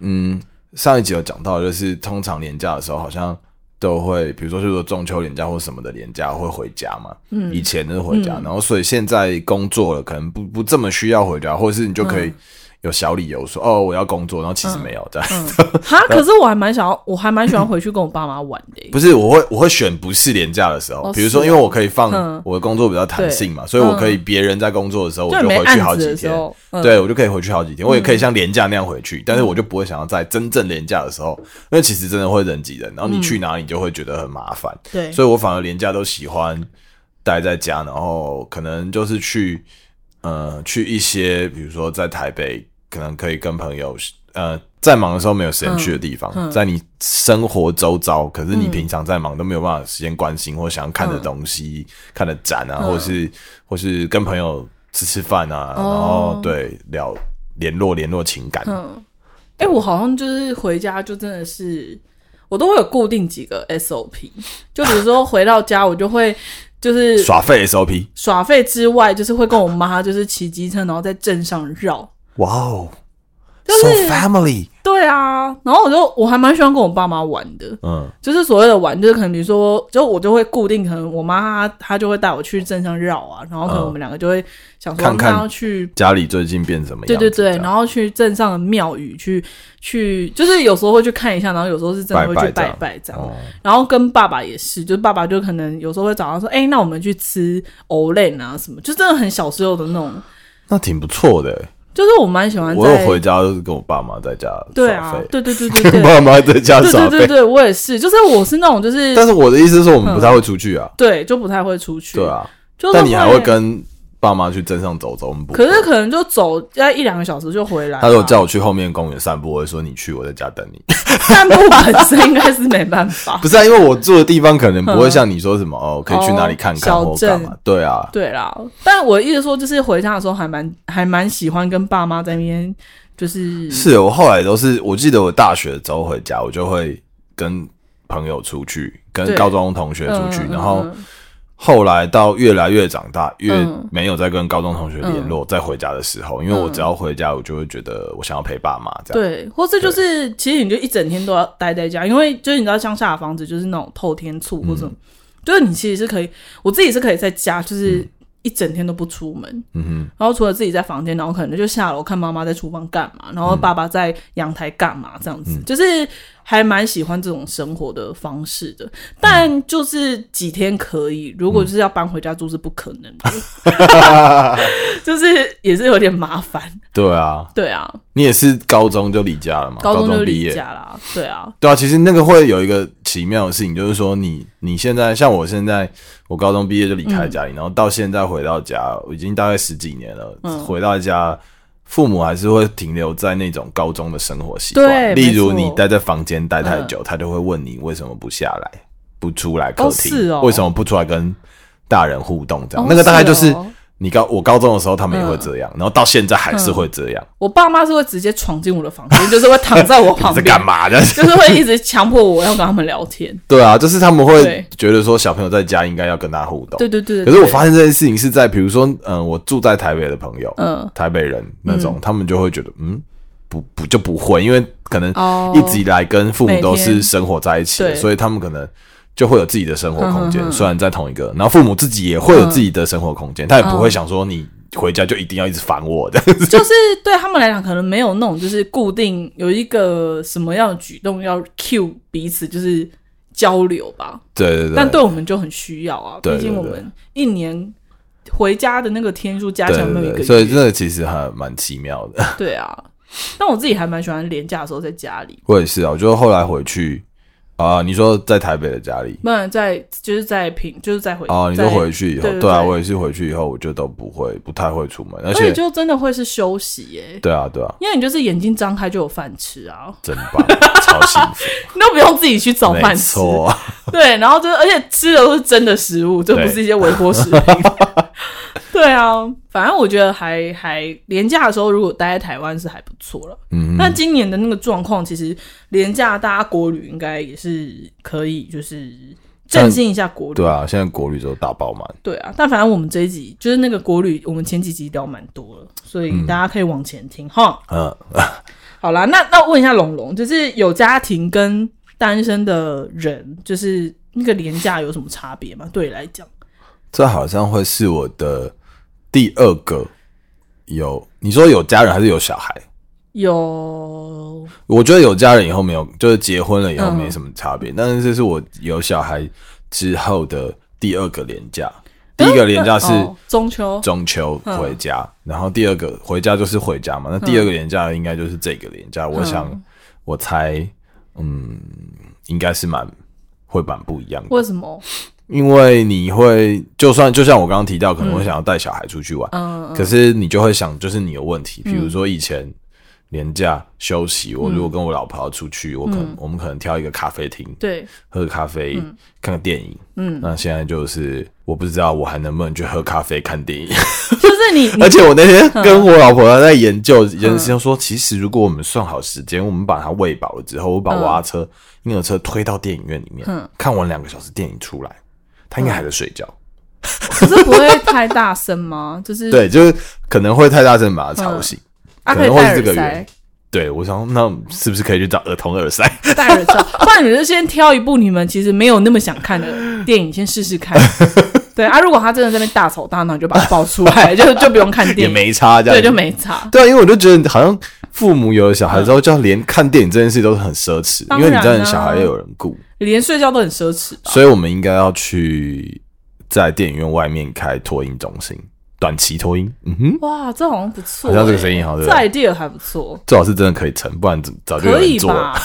[SPEAKER 2] 嗯，上一集有讲到，就是通常年假的时候，好像都会，比如说就是说中秋年假或什么的年假会回家嘛，
[SPEAKER 1] 嗯
[SPEAKER 2] 以前就是回家，然后所以现在工作了，可能不不这么需要回家，或者是你就
[SPEAKER 1] 嗯
[SPEAKER 2] 可以有小理由说、哦我要工作，然后其实没有这样，
[SPEAKER 1] 嗯哈，可是我还蛮想要，我还蛮喜欢回去跟我爸妈玩的、欸
[SPEAKER 2] 不是，我会我会选不是廉价的时候，
[SPEAKER 1] 哦
[SPEAKER 2] 比如说，
[SPEAKER 1] 是哦
[SPEAKER 2] 因为我可以放
[SPEAKER 1] 嗯
[SPEAKER 2] 我的工作比较弹性嘛，所以我可以别人在工作的时候，我
[SPEAKER 1] 就你没
[SPEAKER 2] 回去好
[SPEAKER 1] 案子
[SPEAKER 2] 几
[SPEAKER 1] 的时
[SPEAKER 2] 天，
[SPEAKER 1] 候，嗯、
[SPEAKER 2] 对我就可以回去好几天，我也可以像廉价那样回去，但是我就不会想要在真正廉价的时候，因为其实真的会人挤人，然后你去哪里就会觉得很麻烦，
[SPEAKER 1] 对，
[SPEAKER 2] 所以我反而廉价都喜欢待在家，然后可能就是去呃去一些，比如说在台北，可能可以跟朋友呃在忙的时候没有时间去的地方，
[SPEAKER 1] 嗯嗯
[SPEAKER 2] 在你生活周遭，可是你
[SPEAKER 1] 嗯
[SPEAKER 2] 平常在忙都没有办法时间关心或想看的东西、看的展啊，
[SPEAKER 1] 嗯
[SPEAKER 2] 或是或是跟朋友吃吃饭啊，然
[SPEAKER 1] 哦
[SPEAKER 2] 后对聊联络联络情感，
[SPEAKER 1] 嗯，哎、我好像就是回家就真的是，我都会有固定几个 SOP，就比如说回到家，我就会就是
[SPEAKER 2] 耍废 SOP，
[SPEAKER 1] 耍废之外，就是会跟我妈就是骑机车，然后在镇上绕。
[SPEAKER 2] 哇哦、
[SPEAKER 1] 就是
[SPEAKER 2] s o family，
[SPEAKER 1] 对啊，然后我就我还蛮喜欢跟我爸妈玩的，
[SPEAKER 2] 嗯
[SPEAKER 1] 就是所谓的玩，就是可能比如说，就我就会固定，可能我妈她她就会带我去镇上绕啊，然后可能
[SPEAKER 2] 嗯
[SPEAKER 1] 我们两个就会想说，
[SPEAKER 2] 看看
[SPEAKER 1] 那要去
[SPEAKER 2] 家里最近变什么样子
[SPEAKER 1] 对
[SPEAKER 2] 这样？
[SPEAKER 1] 对对，然后去镇上的庙宇去去，就是有时候会去看一下，然后有时候是真的会去
[SPEAKER 2] 拜
[SPEAKER 1] 拜
[SPEAKER 2] 拜
[SPEAKER 1] 拜这样。
[SPEAKER 2] 哦
[SPEAKER 1] 然后跟爸爸也是，就是爸爸就可能有时候会找他说：“哎、那我们去吃藕类啊什么。”就真的很小时候的那种，
[SPEAKER 2] 那挺不错的欸。
[SPEAKER 1] 就是我蛮喜嗯欢在。
[SPEAKER 2] 我有回家就是跟我爸妈在家
[SPEAKER 1] 对
[SPEAKER 2] 耍
[SPEAKER 1] 啊
[SPEAKER 2] 废，
[SPEAKER 1] 对对对对对， 对
[SPEAKER 2] 跟爸妈在家耍
[SPEAKER 1] 对对
[SPEAKER 2] 废。
[SPEAKER 1] 对，我也是，就是我是那种就是
[SPEAKER 2] 但是我的意思是说，我们不太会出去啊，
[SPEAKER 1] 对就不太会出去，
[SPEAKER 2] 对，啊。
[SPEAKER 1] 就是
[SPEAKER 2] 但你还会。跟爸妈去镇上走走，我们不会。
[SPEAKER 1] 可是可能就走要一两个小时就回来吧。啊
[SPEAKER 2] 他如 果叫我去后面公园散步，我会说你去，我在家等你。
[SPEAKER 1] 散步本身应该是没办法
[SPEAKER 2] 不，是啊，因为我住的地方可能不会像你说什么哦，可以去哪里看看
[SPEAKER 1] 哦小
[SPEAKER 2] 或
[SPEAKER 1] 镇
[SPEAKER 2] 干嘛。对啊，
[SPEAKER 1] 对啦，但我一直说，就是回家的时候还蛮还蛮喜欢跟爸妈在那边，就是
[SPEAKER 2] 是我后来都是，我记得我大学之后回家，我就会跟朋友出去，跟
[SPEAKER 1] 对
[SPEAKER 2] 高中同学出
[SPEAKER 1] 嗯
[SPEAKER 2] 去，
[SPEAKER 1] 嗯
[SPEAKER 2] 然后
[SPEAKER 1] 嗯
[SPEAKER 2] 后来到越来越长大，越
[SPEAKER 1] 嗯
[SPEAKER 2] 没有再跟高中同学联络，再回家的时候，因为我只要回家，我就会觉得我想要陪爸妈这样。
[SPEAKER 1] 对，或是就是其实你就一整天都要待在家，因为就是你知道乡下的房子就是那种透天厝或什么，就是你其实是可以，我自己是可以在家就是一整天都不出门，
[SPEAKER 2] 嗯
[SPEAKER 1] 然后除了自己在房间，然后可能就下楼看妈妈在厨房干嘛，然后爸爸在阳台干嘛，这样子，就是还蛮喜欢这种生活的方式的。但就是几天可以，如果就是要搬回家住是不可能的， 就是也是有点麻烦。
[SPEAKER 2] 哼，对啊，
[SPEAKER 1] 对啊，
[SPEAKER 2] 你也是高中就离家了嘛？
[SPEAKER 1] 高
[SPEAKER 2] 中
[SPEAKER 1] 中就
[SPEAKER 2] 毕
[SPEAKER 1] 离
[SPEAKER 2] 业。
[SPEAKER 1] 家啦，对啊，
[SPEAKER 2] 对啊，其实那个会有一个奇妙的事情，就是说你你现在像我现在，我高中毕业就离
[SPEAKER 1] 嗯
[SPEAKER 2] 开家里，然后到现在回到家，已经大概十几年了。
[SPEAKER 1] 嗯
[SPEAKER 2] 回到家，父母还是会停留在那种高中的生活习
[SPEAKER 1] 对
[SPEAKER 2] 惯，例如
[SPEAKER 1] 没错嗯
[SPEAKER 2] 你待在房间待太久，他就会问你为什么不下来，不出来客
[SPEAKER 1] 哦
[SPEAKER 2] 厅，
[SPEAKER 1] 是哦
[SPEAKER 2] 为什么不出来跟大人互动这样。
[SPEAKER 1] 哦
[SPEAKER 2] 那个大概就是是
[SPEAKER 1] 哦嗯
[SPEAKER 2] 你高我高中的时候，他们也会这样，然后到现在还是会这样，
[SPEAKER 1] 我爸妈是会直接闯进我的房间，就是会躺在我旁
[SPEAKER 2] 你在
[SPEAKER 1] 边，
[SPEAKER 2] 干？嘛这样子？
[SPEAKER 1] 就是会一直强迫我要跟他们聊天。
[SPEAKER 2] 对啊，就是他们会
[SPEAKER 1] 对
[SPEAKER 2] 觉得说小朋友在家应该要跟他互动。
[SPEAKER 1] 对对对对
[SPEAKER 2] 可是我发现这件事情是在，比如说，嗯，我住在台北的朋友，
[SPEAKER 1] 嗯
[SPEAKER 2] 台北人那种，他们就会觉得，嗯，不不就不会，因为可能
[SPEAKER 1] 哦
[SPEAKER 2] 一直以来跟父母都
[SPEAKER 1] 每
[SPEAKER 2] 是
[SPEAKER 1] 天
[SPEAKER 2] 生活在一起的，
[SPEAKER 1] 对
[SPEAKER 2] 所以他们可能就会有自己的生活空间，
[SPEAKER 1] 嗯嗯嗯
[SPEAKER 2] 虽然在同一个，然后父母自己也会有自己的生活空间，他也不会
[SPEAKER 1] 嗯
[SPEAKER 2] 想说你回家就一定要一直烦我的。
[SPEAKER 1] 就是对他们来讲，可能没有那种就是固定有一个什么样的举动要 cue 彼此，就是交流吧。
[SPEAKER 2] 对对对，
[SPEAKER 1] 但对我们就很需要啊，
[SPEAKER 2] 对
[SPEAKER 1] 毕
[SPEAKER 2] 对
[SPEAKER 1] 竟我
[SPEAKER 2] 对
[SPEAKER 1] 们一年回家的那个天数加起来
[SPEAKER 2] 对
[SPEAKER 1] 没有一个
[SPEAKER 2] 对对，
[SPEAKER 1] 月，
[SPEAKER 2] 所以这个其实还蛮奇妙的。
[SPEAKER 1] 对啊。但我自己还蛮喜欢廉价的时候在家里，
[SPEAKER 2] 我也是啊，我就后来回去啊、你说在台北的家里
[SPEAKER 1] 不然在就是在平就是在回
[SPEAKER 2] 哦，你
[SPEAKER 1] 在
[SPEAKER 2] 说回去以后，
[SPEAKER 1] 对对
[SPEAKER 2] 对啊，
[SPEAKER 1] 对
[SPEAKER 2] 我也是回去以后，我就都不会不太会出门，而
[SPEAKER 1] 而
[SPEAKER 2] 且
[SPEAKER 1] 且就真的会是休息耶、
[SPEAKER 2] 对啊对啊，
[SPEAKER 1] 因为你就是眼睛张开就有饭吃啊，
[SPEAKER 2] 真 棒，超幸福，
[SPEAKER 1] 你都不用自己去找
[SPEAKER 2] 没
[SPEAKER 1] 饭吃，
[SPEAKER 2] 错啊，
[SPEAKER 1] 对，然后就是而且吃的都是真的食物，就不是一些微波 食品。对啊，反正我觉得还还廉价的时候，如果待在台湾是还不错了。
[SPEAKER 2] 嗯，
[SPEAKER 1] 但今年的那个状况，其实廉价大家国旅应该也是可以，就是振兴一下国旅。
[SPEAKER 2] 对啊，现在国旅都大爆满，
[SPEAKER 1] 对啊，但反正我们这一集就是那个国旅，我们前几集聊蛮多了，所以大家可以往前听哈。
[SPEAKER 2] 嗯，
[SPEAKER 1] 好啦，那那问一下龙龙，就是有家庭跟单身的人，就是那个廉价有什么差别吗？对你来讲，
[SPEAKER 2] 这好像会是我的第二个有，你说有家人还是有小孩？
[SPEAKER 1] 有
[SPEAKER 2] 我觉得有家人以后没有，就是结婚了以后
[SPEAKER 1] 嗯
[SPEAKER 2] 没什么差别，但是这是我有小孩之后的第二个廉价。第一个廉价是
[SPEAKER 1] 哦嗯中秋，
[SPEAKER 2] 中秋回家，然后第二个回家就是回家嘛。那第二个廉价应该就是这个廉
[SPEAKER 1] 嗯
[SPEAKER 2] 价，我想我猜，嗯，应该是蛮会蛮不一样的，
[SPEAKER 1] 为什么？
[SPEAKER 2] 因为你会就算就像我刚刚提到，可能会想要带小孩出去玩，
[SPEAKER 1] 嗯，嗯
[SPEAKER 2] 可是你就会想，就是你有问题，比如说以前年假休息，
[SPEAKER 1] 嗯
[SPEAKER 2] 我如果跟我老婆要出去，我可能、我们可能挑一个咖啡厅
[SPEAKER 1] 对，
[SPEAKER 2] 喝个咖啡，看个电影。
[SPEAKER 1] 嗯，
[SPEAKER 2] 那现在就是我不知道我还能不能去喝咖啡看电影，
[SPEAKER 1] 就是你你
[SPEAKER 2] 而且我那天跟我老婆在研究
[SPEAKER 1] 嗯
[SPEAKER 2] 一件事情，说其实如果我们算好时间，我们把它喂饱了之后，我把娃娃车、婴儿车推到电影院里面，
[SPEAKER 1] 嗯
[SPEAKER 2] 看完两个小时电影出来，他应该还在睡觉。
[SPEAKER 1] 嗯可是不会太大声吗？就是
[SPEAKER 2] 对，就是可能会太大声把他吵醒。
[SPEAKER 1] 啊，
[SPEAKER 2] 可
[SPEAKER 1] 可以
[SPEAKER 2] 能会
[SPEAKER 1] 戴
[SPEAKER 2] 是
[SPEAKER 1] 耳
[SPEAKER 2] 这个
[SPEAKER 1] 塞
[SPEAKER 2] 原，对，我想那是不是可以去找儿童耳塞？
[SPEAKER 1] 戴耳罩，不然你就先挑一部你们其实没有那么想看的电影，先试试 看。对啊，如果他真的在那边大吵大闹，你就把他抱出 来，就就不用看
[SPEAKER 2] 也
[SPEAKER 1] 电影，
[SPEAKER 2] 没差，这样
[SPEAKER 1] 对，
[SPEAKER 2] 子
[SPEAKER 1] 就没差。
[SPEAKER 2] 对啊，因为我就觉得好像父母有了小孩之后，就连看电影这件事都是很奢侈，
[SPEAKER 1] 当
[SPEAKER 2] 因为你
[SPEAKER 1] 然
[SPEAKER 2] 知道你
[SPEAKER 1] 啊
[SPEAKER 2] 小孩要有人顾，
[SPEAKER 1] 连睡觉都很奢侈吧？
[SPEAKER 2] 所以我们应该要去在电影院外面开托婴中心，短期托婴。嗯哼，
[SPEAKER 1] 哇，这好像不错、欸
[SPEAKER 2] 好像这个生意好像
[SPEAKER 1] 这
[SPEAKER 2] 对不对
[SPEAKER 1] idea 还不错，
[SPEAKER 2] 最好是真的可以成，不然早就有
[SPEAKER 1] 可
[SPEAKER 2] 人
[SPEAKER 1] 以
[SPEAKER 2] 做了
[SPEAKER 1] 吧。？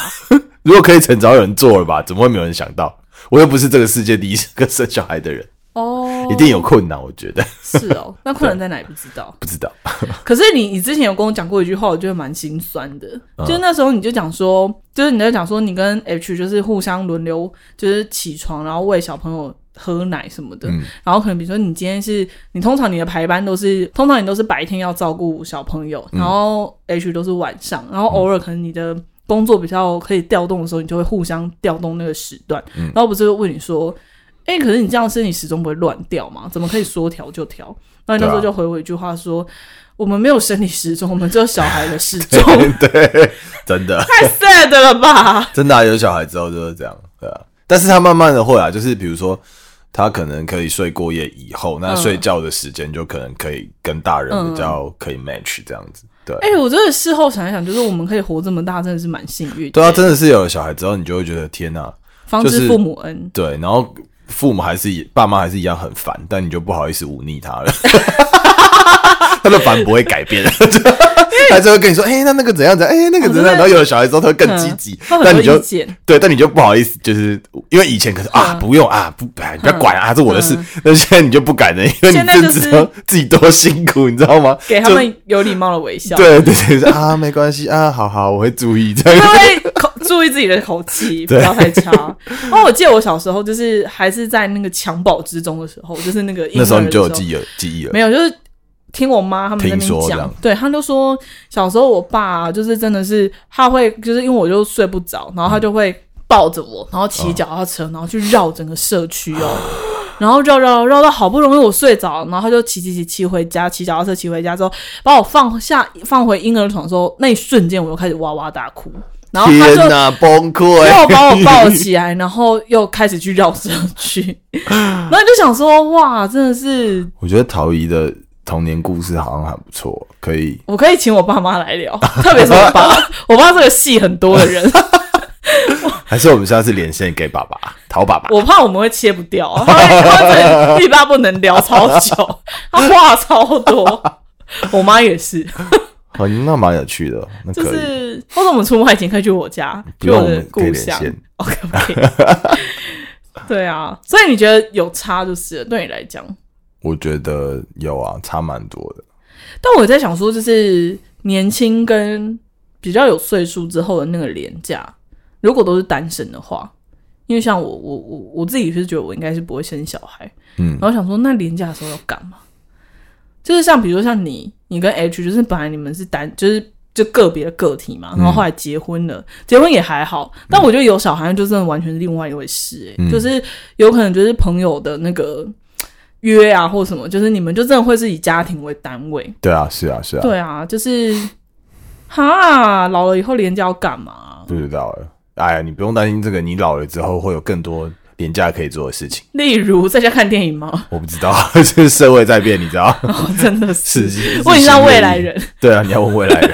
[SPEAKER 2] 如果可以成，早有人做了吧？怎么会没有人想到？我又不是这个世界第一个生小孩的人，
[SPEAKER 1] 哦，
[SPEAKER 2] 一定有困难，我觉得
[SPEAKER 1] 是哦。那困难在哪也不知道。
[SPEAKER 2] 不知道。
[SPEAKER 1] 可是你你之前有跟我讲过一句话，我觉得蛮心酸的。
[SPEAKER 2] 嗯
[SPEAKER 1] 就是那时候你就讲说，就是你在讲说你跟 H 就是互相轮流，就是起床然后喂小朋友喝奶什么的。
[SPEAKER 2] 嗯
[SPEAKER 1] 然后可能比如说你今天是你通常你的排班都是通常你都是白天要照顾小朋友，然后
[SPEAKER 2] 嗯
[SPEAKER 1] H 都是晚上，然后偶尔可能你的。工作比较可以调动的时候，你就会互相调动那个时段。
[SPEAKER 2] 嗯
[SPEAKER 1] 然后不是会问你说：“哎、可是你这样身体始终不会乱掉嘛？怎么可以说调就调？”那你那时候
[SPEAKER 2] 对啊
[SPEAKER 1] 就回我一句话说：“我们没有生理时钟，我们只有小孩的时钟。
[SPEAKER 2] 对，真的。
[SPEAKER 1] 太 sad 了吧？
[SPEAKER 2] 真的啊、有小孩之后就是这样，对啊。但是他慢慢的会啊，就是比如说他可能可以睡过夜以后，那
[SPEAKER 1] 嗯
[SPEAKER 2] 睡觉的时间就可能可以跟大人比较可以 match 这样子，对。
[SPEAKER 1] 哎、我真的事后想一想，就是我们可以活这么大，真的是蛮幸运的。
[SPEAKER 2] 对啊，真的是有了小孩之后，你就会觉得天呐、
[SPEAKER 1] 方
[SPEAKER 2] 就
[SPEAKER 1] 知
[SPEAKER 2] 是
[SPEAKER 1] 父母恩，
[SPEAKER 2] 对，然后父母还是一爸妈还是一样很烦，但你就不好意思忤逆他 了，他的烦不会改变，他就会跟你说，哎、那那个怎样怎样，哎、那个怎
[SPEAKER 1] 哦真
[SPEAKER 2] 样，
[SPEAKER 1] 的
[SPEAKER 2] 然后有了小孩之后，他会更
[SPEAKER 1] 嗯
[SPEAKER 2] 积极，
[SPEAKER 1] 他
[SPEAKER 2] 但
[SPEAKER 1] 很
[SPEAKER 2] 你
[SPEAKER 1] 多
[SPEAKER 2] 就
[SPEAKER 1] 意见。
[SPEAKER 2] 对，但你就不好意思，就是因为以前可是
[SPEAKER 1] 嗯
[SPEAKER 2] 啊，不用啊，不，哎你不要管啊，这我的事。但现在你就不敢了，因为
[SPEAKER 1] 现
[SPEAKER 2] 你
[SPEAKER 1] 在
[SPEAKER 2] 真
[SPEAKER 1] 就是
[SPEAKER 2] 知道自己多辛苦，你知道吗？
[SPEAKER 1] 给他
[SPEAKER 2] 就
[SPEAKER 1] 们有礼貌的微笑，
[SPEAKER 2] 对对对对啊，没关系啊，好好，我会注意这
[SPEAKER 1] 因
[SPEAKER 2] 样。
[SPEAKER 1] 为口 注意自己的口气，不
[SPEAKER 2] 对
[SPEAKER 1] 要太差。哦，我记得我小时候就是还是在那个襁褓之中的时候，就是那个婴
[SPEAKER 2] 那时
[SPEAKER 1] 儿
[SPEAKER 2] 候你
[SPEAKER 1] 的
[SPEAKER 2] 就有记忆了，记忆了
[SPEAKER 1] 没。有，就是听我妈他们在那
[SPEAKER 2] 听说
[SPEAKER 1] 边
[SPEAKER 2] 这
[SPEAKER 1] 讲
[SPEAKER 2] 样，
[SPEAKER 1] 对，他们就说小时候我爸、就是真的是他会，就是因为我就睡不着，然后他就会抱着我，然后骑脚
[SPEAKER 2] 嗯
[SPEAKER 1] 踏车，然后去绕整个社区哦。然后绕绕绕到好不容易我睡着，然后他就骑骑骑骑回家，骑脚踏车骑回家之后，把我放下放回婴儿床的时候，那一瞬间我又开始哇哇大哭，然后哦他就
[SPEAKER 2] 天哪，崩溃！
[SPEAKER 1] 又把我 抱起来，然后又开始去绕社区，然后就想说哇，真的是
[SPEAKER 2] 我觉得陶怡的童年故事好像还不错，可以。
[SPEAKER 1] 我 可以请我爸妈来聊，特别是我爸，我爸是个戏很多的人。
[SPEAKER 2] 还是我们下次连线给爸爸陶爸爸？
[SPEAKER 1] 我怕我们会切不 掉，他会他会真的欲罢不能聊超久， 他话超多。 我妈也是，
[SPEAKER 2] 哦，那蛮有趣的，那
[SPEAKER 1] 就
[SPEAKER 2] 可以。
[SPEAKER 1] 是或者我们出外景可以去我家，
[SPEAKER 2] 不
[SPEAKER 1] 去
[SPEAKER 2] 用
[SPEAKER 1] 我
[SPEAKER 2] 我
[SPEAKER 1] 的
[SPEAKER 2] 们可以
[SPEAKER 1] 故
[SPEAKER 2] 连
[SPEAKER 1] 乡。
[SPEAKER 2] 线
[SPEAKER 1] OK OK，对啊，所以你觉得有差就是了对你来讲，
[SPEAKER 2] 我觉得有啊，差蛮多的。
[SPEAKER 1] 但我在想说，就是年轻跟比较有岁数之后的那个廉价，如果都是单身的话，因为像我我我我自己是觉得我应该是不会生小孩，
[SPEAKER 2] 嗯
[SPEAKER 1] 然后想说那廉价的时候要干嘛？就是像比如说像你，你跟 H 就是本来你们是单就是。就个别的个体嘛，然后后来结婚了，结婚也还好，但我觉得有小孩就真的完全是另外一回事、欸，
[SPEAKER 2] 嗯
[SPEAKER 1] 就是有可能就是朋友的那个约啊或什么，就是你们就真的会是以家庭为单位，
[SPEAKER 2] 对啊，是啊，是啊，
[SPEAKER 1] 对啊，就是哈，老了以后廉价要干嘛？
[SPEAKER 2] 不知道了。哎呀，你不用担心这个，你老了之后会有更多廉价可以做的事情。
[SPEAKER 1] 例如在家看电影吗？
[SPEAKER 2] 我不知道， 就是社会在变，你知道？
[SPEAKER 1] 哦、真的
[SPEAKER 2] 是
[SPEAKER 1] 是，
[SPEAKER 2] 是
[SPEAKER 1] 问一下
[SPEAKER 2] 是
[SPEAKER 1] 未来人。
[SPEAKER 2] 对啊，你要问未来人。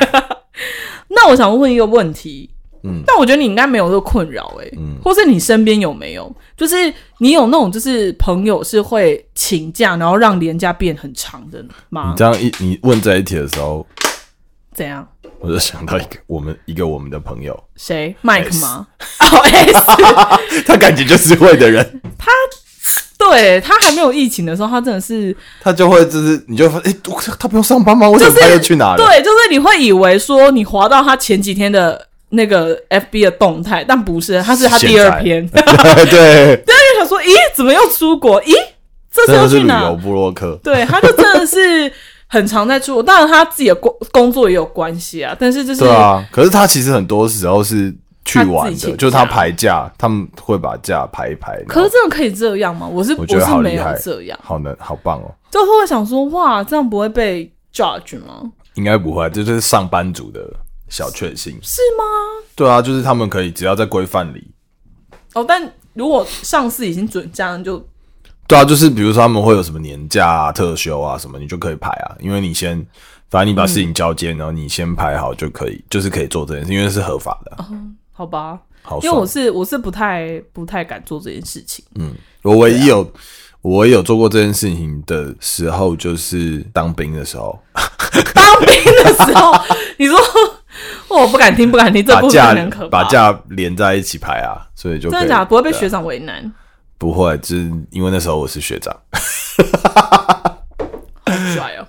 [SPEAKER 1] 那我想问一个问题，
[SPEAKER 2] 嗯
[SPEAKER 1] 但我觉得你应该没有这个困扰哎、
[SPEAKER 2] 嗯
[SPEAKER 1] 或是你身边有没有？就是你有那种就是朋友是会请假，然后让年假变很长的吗
[SPEAKER 2] 你？这样一你问这一题的时候，
[SPEAKER 1] 怎样？
[SPEAKER 2] 我就想到一个我们一个我们的朋友，
[SPEAKER 1] 谁？Mike 吗？哦 S，
[SPEAKER 2] 他感觉就是会的人，
[SPEAKER 1] 对他还没有疫情的时候，他真的是
[SPEAKER 2] 他就会就是你就发现，哎、我他不用上班吗？为什么他又去哪了？
[SPEAKER 1] 对，就是你会以为说你滑到他前几天的那个 FB 的动态，但不是，他是他第二篇。 大
[SPEAKER 2] 对 对，
[SPEAKER 1] 家就想说，咦，怎么又出国？咦，这次
[SPEAKER 2] 真
[SPEAKER 1] 又
[SPEAKER 2] 的是
[SPEAKER 1] 去
[SPEAKER 2] 旅游
[SPEAKER 1] 哪？
[SPEAKER 2] 布洛克。
[SPEAKER 1] 对，他就真的是很常在出国。当然，他自己的工工作也有关系啊，但是就是
[SPEAKER 2] 对啊，可是他其实很多时候是去
[SPEAKER 1] 他
[SPEAKER 2] 玩
[SPEAKER 1] 自己
[SPEAKER 2] 的，
[SPEAKER 1] 请
[SPEAKER 2] 就是他
[SPEAKER 1] 假
[SPEAKER 2] 排假，他们会把假排一排。
[SPEAKER 1] 可是
[SPEAKER 2] 然后
[SPEAKER 1] 真的可以这样吗？我是
[SPEAKER 2] 我觉得
[SPEAKER 1] 是
[SPEAKER 2] 好
[SPEAKER 1] 没
[SPEAKER 2] 厉
[SPEAKER 1] 有
[SPEAKER 2] 害
[SPEAKER 1] 这样，
[SPEAKER 2] 好难，好棒哦！
[SPEAKER 1] 就是会想说，哇，这样不会被 judge 吗？
[SPEAKER 2] 应该不会，这就是上班族的小确幸。
[SPEAKER 1] 是吗？
[SPEAKER 2] 对啊，就是他们可以只要在规范里。
[SPEAKER 1] 哦，但如果上司已经准这样，就
[SPEAKER 2] 对啊，就是比如说他们会有什么年假啊、特休啊什么，你就可以排啊，因为你先，反正你把事情交接，然后你先排好就可以，就是可以做这件事，因为是合法的啊。
[SPEAKER 1] 好吧，
[SPEAKER 2] 好
[SPEAKER 1] 哦因
[SPEAKER 2] 爽，
[SPEAKER 1] 为我是我是不太不太敢做这件事情。
[SPEAKER 2] 我唯一有、
[SPEAKER 1] 啊
[SPEAKER 2] 我唯一有做过这件事情的时候，就是当兵的时候，
[SPEAKER 1] 当兵的时候， 你说我不敢听，不敢听，这
[SPEAKER 2] 把
[SPEAKER 1] 部分
[SPEAKER 2] 假
[SPEAKER 1] 很可怕。
[SPEAKER 2] 把假连在一起排啊，所以就
[SPEAKER 1] 真
[SPEAKER 2] 可
[SPEAKER 1] 的
[SPEAKER 2] 以
[SPEAKER 1] 假的？不会被
[SPEAKER 2] 对啊
[SPEAKER 1] 学长为难，
[SPEAKER 2] 不会，就是因为那时候我是学长，
[SPEAKER 1] 好帅 哦。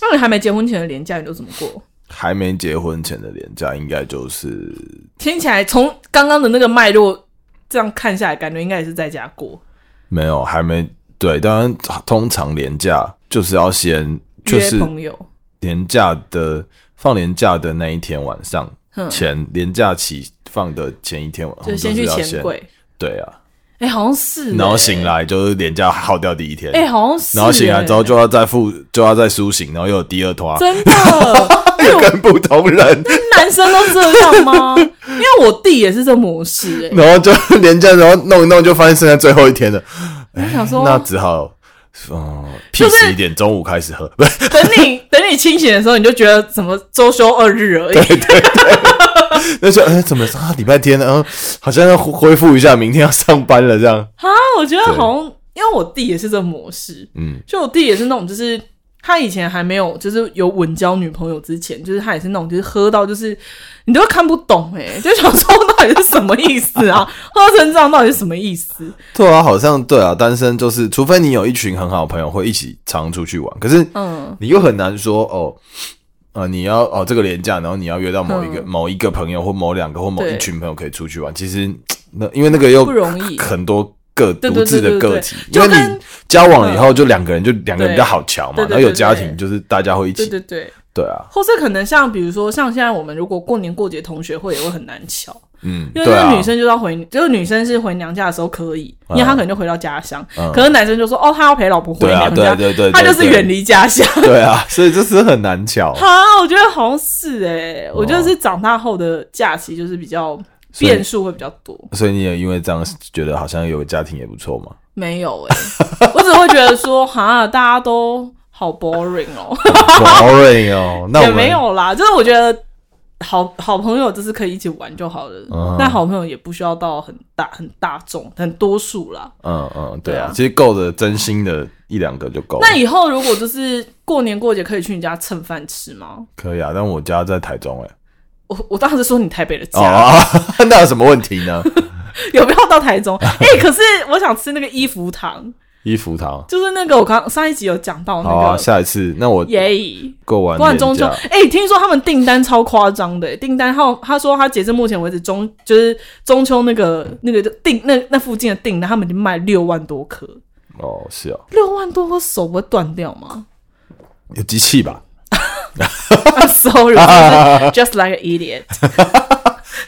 [SPEAKER 1] 那你还没结婚前的年假你都怎么过？
[SPEAKER 2] 还没结婚前的连假应该就是
[SPEAKER 1] 听起来从刚刚的那个脉络这样看下来，感觉应该也是在家过。
[SPEAKER 2] 没有，还没对，当然通常连假就是要先就
[SPEAKER 1] 约
[SPEAKER 2] 是
[SPEAKER 1] 朋友，
[SPEAKER 2] 年假的放年假的那一天晚上
[SPEAKER 1] 嗯
[SPEAKER 2] 前年假起放的前一天晚上，
[SPEAKER 1] 就先
[SPEAKER 2] 我
[SPEAKER 1] 去
[SPEAKER 2] 们都是要
[SPEAKER 1] 钱柜。
[SPEAKER 2] 对啊，
[SPEAKER 1] 哎、好像是、
[SPEAKER 2] 然后醒，来就是年假耗掉第一天，
[SPEAKER 1] 哎、好像是、
[SPEAKER 2] 然后醒来之后
[SPEAKER 1] 哎
[SPEAKER 2] 就要再复就要再苏醒，然后又有第二 团，
[SPEAKER 1] 真的，哎
[SPEAKER 2] 又跟不 同人，
[SPEAKER 1] 男生都这样 吗？因为我弟也是这模式、哎，
[SPEAKER 2] 然后就年假，然后弄一弄就发现剩下最后一天了，
[SPEAKER 1] 我想说，
[SPEAKER 2] 那只好。嗯，屁
[SPEAKER 1] 哦就是
[SPEAKER 2] 事一点，中午开始喝， 不是
[SPEAKER 1] 等你等你清醒的时候，你就觉得怎么周休二日而已。
[SPEAKER 2] 那就哎、怎么啊？礼拜天呢？嗯，好像要恢恢复一下，明天要上班了，这样。
[SPEAKER 1] 啊，我觉得
[SPEAKER 2] 对
[SPEAKER 1] 好像，因为我弟也是这模式，
[SPEAKER 2] 嗯，
[SPEAKER 1] 就我弟也是那种，就是他以前还没有就是有稳交女朋友之前，就是他也是那种，就是喝到就是你都看不懂哎、就想说到底是什么意思 啊？喝成这样到底是什么意思？
[SPEAKER 2] 对啊，好像对啊，单身就是，除非你有一群很好的朋友会一起常出去玩，可是
[SPEAKER 1] 嗯，
[SPEAKER 2] 你又很难说哦，呃，你要哦这个廉价，然后你要约到某一个、
[SPEAKER 1] 嗯
[SPEAKER 2] 某一个朋友或某两个或某
[SPEAKER 1] 对
[SPEAKER 2] 一群朋友可以出去玩，其实那因为那个又
[SPEAKER 1] 不容易
[SPEAKER 2] 很多个
[SPEAKER 1] 对
[SPEAKER 2] 独自
[SPEAKER 1] 对
[SPEAKER 2] 的
[SPEAKER 1] 对对
[SPEAKER 2] 个
[SPEAKER 1] 对
[SPEAKER 2] 体，因
[SPEAKER 1] 就
[SPEAKER 2] 为
[SPEAKER 1] 跟
[SPEAKER 2] 你交往了以后就两个人就两个人
[SPEAKER 1] 对
[SPEAKER 2] 比较好瞧嘛
[SPEAKER 1] 对，对
[SPEAKER 2] 然后有
[SPEAKER 1] 对对
[SPEAKER 2] 家
[SPEAKER 1] 对
[SPEAKER 2] 庭就是大家会一
[SPEAKER 1] 对
[SPEAKER 2] 起，
[SPEAKER 1] 对对，
[SPEAKER 2] 对啊，
[SPEAKER 1] 或是可能像比如说像现在我们如果过年过节同学会也会很难瞧。
[SPEAKER 2] 嗯，
[SPEAKER 1] 因为
[SPEAKER 2] 对
[SPEAKER 1] 那
[SPEAKER 2] 啊
[SPEAKER 1] 个女生就是要回，就是女生是回娘家的时候可以，因为她可能就回到家乡，
[SPEAKER 2] 嗯
[SPEAKER 1] 可是男生就说哦，他要陪老婆回
[SPEAKER 2] 对啊
[SPEAKER 1] 娘家，
[SPEAKER 2] 对对对对
[SPEAKER 1] 他就是
[SPEAKER 2] 对啊哦
[SPEAKER 1] 远离 家乡。
[SPEAKER 2] 对啊，所以这是很难瞧，
[SPEAKER 1] 啊，我觉得好像是哎、我觉得是长大后的假期就是比较
[SPEAKER 2] 哦所以
[SPEAKER 1] 变数会比较多。
[SPEAKER 2] 所以你也因为这样觉得好像有个家庭也不错 嘛。
[SPEAKER 1] 没有哎、我只会觉得说哈，大家都好 boring 哦，
[SPEAKER 2] boring 哦，那 我
[SPEAKER 1] 也
[SPEAKER 2] 们
[SPEAKER 1] 没有啦，就是我觉得好好朋友就是可以一起玩就好了。
[SPEAKER 2] 嗯
[SPEAKER 1] 那好朋友也不需要到很大、很大众、很多数啦。
[SPEAKER 2] 嗯嗯，对
[SPEAKER 1] 对
[SPEAKER 2] 啊
[SPEAKER 1] 啊，
[SPEAKER 2] 其实够的，真心的一两个就够了。
[SPEAKER 1] 那以后如果就是过年过节可以去你家蹭饭吃吗？
[SPEAKER 2] 可以啊，但我家在台中哎、
[SPEAKER 1] 我我当时说你台北的家，
[SPEAKER 2] 哦 啊，那有什么问题呢？
[SPEAKER 1] 有没有到台 中？哎、可是我想吃那个伊芙糖，
[SPEAKER 2] 衣服堂，
[SPEAKER 1] 就是那个我刚上一集有讲到
[SPEAKER 2] 好啊，
[SPEAKER 1] 那个
[SPEAKER 2] 下一次那我
[SPEAKER 1] 耶椅。
[SPEAKER 2] 过完
[SPEAKER 1] 万
[SPEAKER 2] 年
[SPEAKER 1] 中秋，
[SPEAKER 2] 假，
[SPEAKER 1] 哎、听说他们订单超夸张的、欸订单号他说他截至目前为止中就是中秋那个那个订那那附近的订单，他们已经卖六万多颗，
[SPEAKER 2] 哦，是哦，
[SPEAKER 1] 六万多颗手不会断掉吗
[SPEAKER 2] 有机器吧？
[SPEAKER 1] I'm？Sorry, just like an idiot。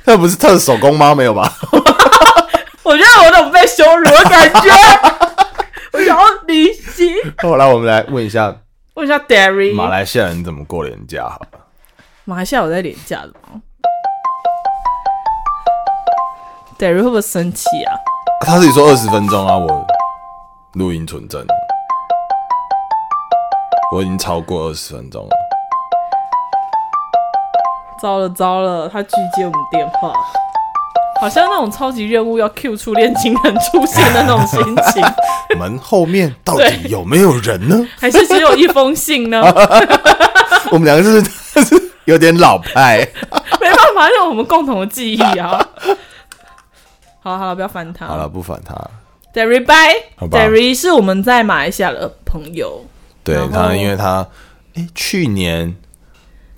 [SPEAKER 2] 那不是特手工吗？没有吧？
[SPEAKER 1] 我觉得我有种被羞辱的感觉， 我想哦要离席。
[SPEAKER 2] 后来我们来问一下
[SPEAKER 1] 问一下 Derry，
[SPEAKER 2] 马来西亚人怎么过年假好了。
[SPEAKER 1] 马来西亚有在廉价的吗？Derry 会不会生气啊？
[SPEAKER 2] 他自己说二十分钟啊，我录音存证，我已经超过二十分钟了。
[SPEAKER 1] 糟了糟了，他拒接我们电话，好像那种超级任务要 Q 出恋情人出现的那种心 情，
[SPEAKER 2] 门后面到底有没有人呢？
[SPEAKER 1] 还是只有一封信呢？
[SPEAKER 2] 我们两个是不是有点老派。
[SPEAKER 1] 没办法，这是我们共同的记忆啊。好了好了，不要烦他。
[SPEAKER 2] 好了，不烦他了。
[SPEAKER 1] Derry bye。
[SPEAKER 2] 好吧
[SPEAKER 1] Derry 是我们在马来西亚的朋友，
[SPEAKER 2] 对
[SPEAKER 1] 然后
[SPEAKER 2] 他，因为他，哎、去年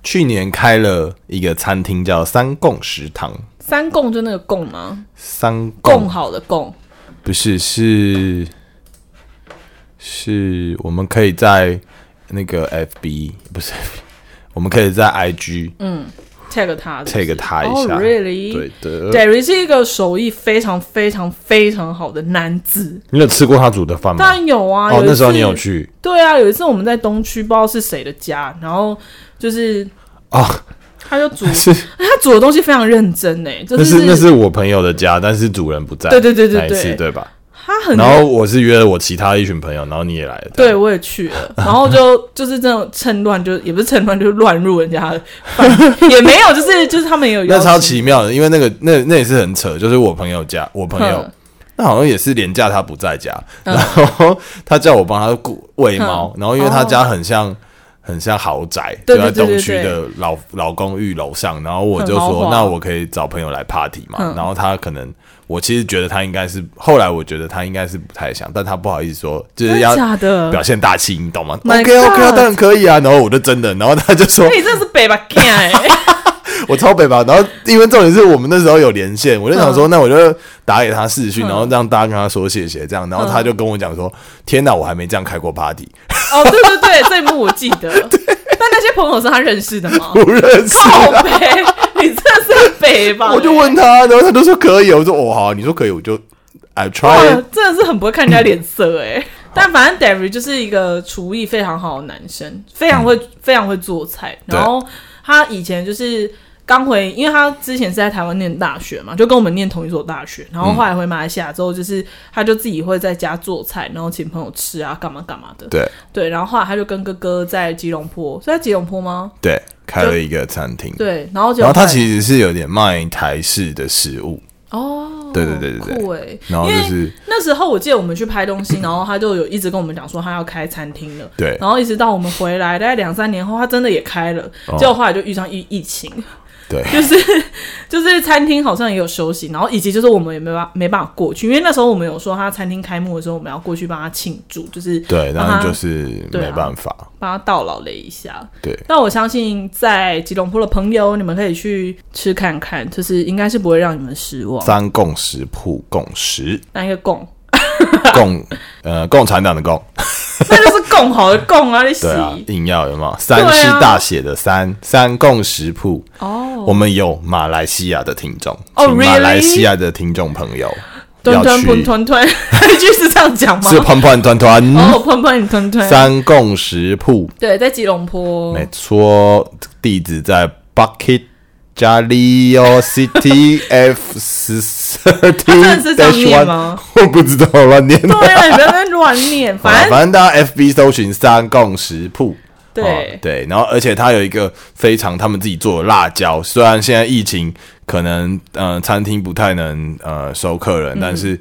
[SPEAKER 2] 去年开了一个餐厅叫三共食堂，
[SPEAKER 1] 三共就那个共吗？
[SPEAKER 2] 三
[SPEAKER 1] 共好的共，
[SPEAKER 2] 不是是是，我们可以在那个 FB 不是 FB，我们可以在 IG
[SPEAKER 1] tag 他
[SPEAKER 2] tag 他一下。
[SPEAKER 1] 哦、really？
[SPEAKER 2] 对的，
[SPEAKER 1] Derry 是一个手艺非常非常非常好的男子，
[SPEAKER 2] 你有吃过他煮的饭吗
[SPEAKER 1] 当？然有啊。
[SPEAKER 2] 哦，
[SPEAKER 1] 一
[SPEAKER 2] 那时候你有
[SPEAKER 1] 次
[SPEAKER 2] 去
[SPEAKER 1] 对啊，有一次我们在东区，不知道是谁的家，然后就是
[SPEAKER 2] 哦，
[SPEAKER 1] 他就 煮，
[SPEAKER 2] 是
[SPEAKER 1] 他煮的东西非常认真哎，就
[SPEAKER 2] 那
[SPEAKER 1] 嗯是
[SPEAKER 2] 是那是我朋友的家，但是主人不在。
[SPEAKER 1] 对对对对
[SPEAKER 2] 那一次
[SPEAKER 1] 对
[SPEAKER 2] 对吧？
[SPEAKER 1] 他很
[SPEAKER 2] 然后我是约了我其他一群朋友，然后你也来了。
[SPEAKER 1] 对我也去了，然后 就就是这种趁乱就也不是趁乱，就是乱入人家的饭，也没有，就是就是他们也有邀
[SPEAKER 2] 那
[SPEAKER 1] 请
[SPEAKER 2] 超奇妙的，因为那个那那也是很扯，就是我朋友家，我朋友
[SPEAKER 1] 嗯
[SPEAKER 2] 那好像也是廉价他不在家，然后他叫我帮他顾喂猫，然后因为他家很像。很像豪宅，
[SPEAKER 1] 嗯哦对
[SPEAKER 2] 就
[SPEAKER 1] 对
[SPEAKER 2] 在
[SPEAKER 1] 对
[SPEAKER 2] 东
[SPEAKER 1] 对
[SPEAKER 2] 区的老老公寓楼上，然后我
[SPEAKER 1] 很
[SPEAKER 2] 就
[SPEAKER 1] 豪
[SPEAKER 2] 说
[SPEAKER 1] 华，
[SPEAKER 2] 那我可以找朋友来 party 嘛。
[SPEAKER 1] 嗯
[SPEAKER 2] 然后他可能，我其实觉得他应该是，后来我觉得他应该是不太想，但他不好意思说，就是
[SPEAKER 1] 真
[SPEAKER 2] 要
[SPEAKER 1] 的假的？
[SPEAKER 2] 表现大气，你懂吗
[SPEAKER 1] My
[SPEAKER 2] OK OK，
[SPEAKER 1] God
[SPEAKER 2] 当然可以啊。然后我就真的，然后他就说
[SPEAKER 1] 哎，，你真的是北吧 g 哎，
[SPEAKER 2] 我超北吧。然后因为重点是我们那时候有连线，我就想
[SPEAKER 1] 嗯
[SPEAKER 2] 说，那我就打给他视讯，然后让大家跟他说谢谢这样。然后他
[SPEAKER 1] 嗯
[SPEAKER 2] 就跟我讲说，天哪，我还没这样开过 party，
[SPEAKER 1] 哦，对对对，这一幕我记得， 但那些朋友是他认识的吗？
[SPEAKER 2] 不认识。
[SPEAKER 1] 哦靠北，你真的是北吧？
[SPEAKER 2] 我就问他，然后他就说可以，我说哦好，你说可以，我就 I
[SPEAKER 1] 哇
[SPEAKER 2] try。，
[SPEAKER 1] 真的是很不会看人家脸色哎、但反正 d a v i d 就是一个厨艺非常好的男生，非常会、非常会做菜。
[SPEAKER 2] 对
[SPEAKER 1] 然后他以前就是刚回，因为他之前是在台湾念大学嘛，就跟我们念同一所大学。然后后来回马来西亚之后，就是他就自己会在家做菜，然后请朋友吃啊，干嘛干嘛的。
[SPEAKER 2] 对
[SPEAKER 1] 对，然后后来他就跟哥哥在吉隆坡，是在吉隆坡吗？
[SPEAKER 2] 对，开了一个餐厅。
[SPEAKER 1] 对，然后就
[SPEAKER 2] 然后他其实是有点卖台式的食物，
[SPEAKER 1] 哦，
[SPEAKER 2] 对对对对对
[SPEAKER 1] 酷哎，
[SPEAKER 2] 然后就是
[SPEAKER 1] 那时候我记得我们去拍 东西，然后他就有一直跟我们讲说他要开餐厅了。
[SPEAKER 2] 对
[SPEAKER 1] 然后一直到我们回来，大概两三年后，他真的也开了。
[SPEAKER 2] 哦
[SPEAKER 1] 结果后来就遇上疫疫情，
[SPEAKER 2] 对
[SPEAKER 1] 就是就是餐厅好像也有休息，然后以及就是我们也没办法没办法过去，因为那时候我们有说他餐厅开幕的时候我们要过去帮他庆祝，就是
[SPEAKER 2] 对，
[SPEAKER 1] 帮
[SPEAKER 2] 然
[SPEAKER 1] 他
[SPEAKER 2] 后就是
[SPEAKER 1] 对啊
[SPEAKER 2] 没办法，
[SPEAKER 1] 帮他到老了一下。
[SPEAKER 2] 对，
[SPEAKER 1] 但我相信在吉隆坡的朋友，你们可以去吃看看，就是应该是不会让你们失望。
[SPEAKER 2] 三共食铺共食
[SPEAKER 1] 那一个共，
[SPEAKER 2] 共呃共产党的共，
[SPEAKER 1] 那就是共好的共啊，你洗
[SPEAKER 2] 对啊，硬要有没有？三
[SPEAKER 1] 对
[SPEAKER 2] 是
[SPEAKER 1] 啊
[SPEAKER 2] 大写的三，三共食铺。
[SPEAKER 1] 哦。
[SPEAKER 2] 我们有马来西亚的听众，
[SPEAKER 1] Oh,
[SPEAKER 2] 请马来
[SPEAKER 1] really？
[SPEAKER 2] 西亚的听众朋友
[SPEAKER 1] 吞
[SPEAKER 2] 要
[SPEAKER 1] 吞
[SPEAKER 2] 去
[SPEAKER 1] 吞吞 吞，那句是这样讲吗？
[SPEAKER 2] 是胖胖团团
[SPEAKER 1] 哦，喷喷你吞吞。
[SPEAKER 2] 三共食铺，
[SPEAKER 1] 对，在吉隆坡。
[SPEAKER 2] 没错，地址在 Bucket。加利奥 City F 十
[SPEAKER 1] 它
[SPEAKER 2] thirteen
[SPEAKER 1] 真的是这样念吗？
[SPEAKER 2] 我不知道，乱念。
[SPEAKER 1] 对啊，你不要在那边乱念，
[SPEAKER 2] 好啦
[SPEAKER 1] 反正
[SPEAKER 2] 反正大家 FB 搜寻三共食铺，
[SPEAKER 1] 对
[SPEAKER 2] 啊对，然后而且它有一个非常他们自己做的辣椒，虽然现在疫情可能呃餐厅不太能呃收客
[SPEAKER 1] 嗯
[SPEAKER 2] 人，但是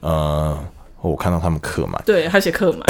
[SPEAKER 2] 呃我看到他们客满。
[SPEAKER 1] 对，还写客 满，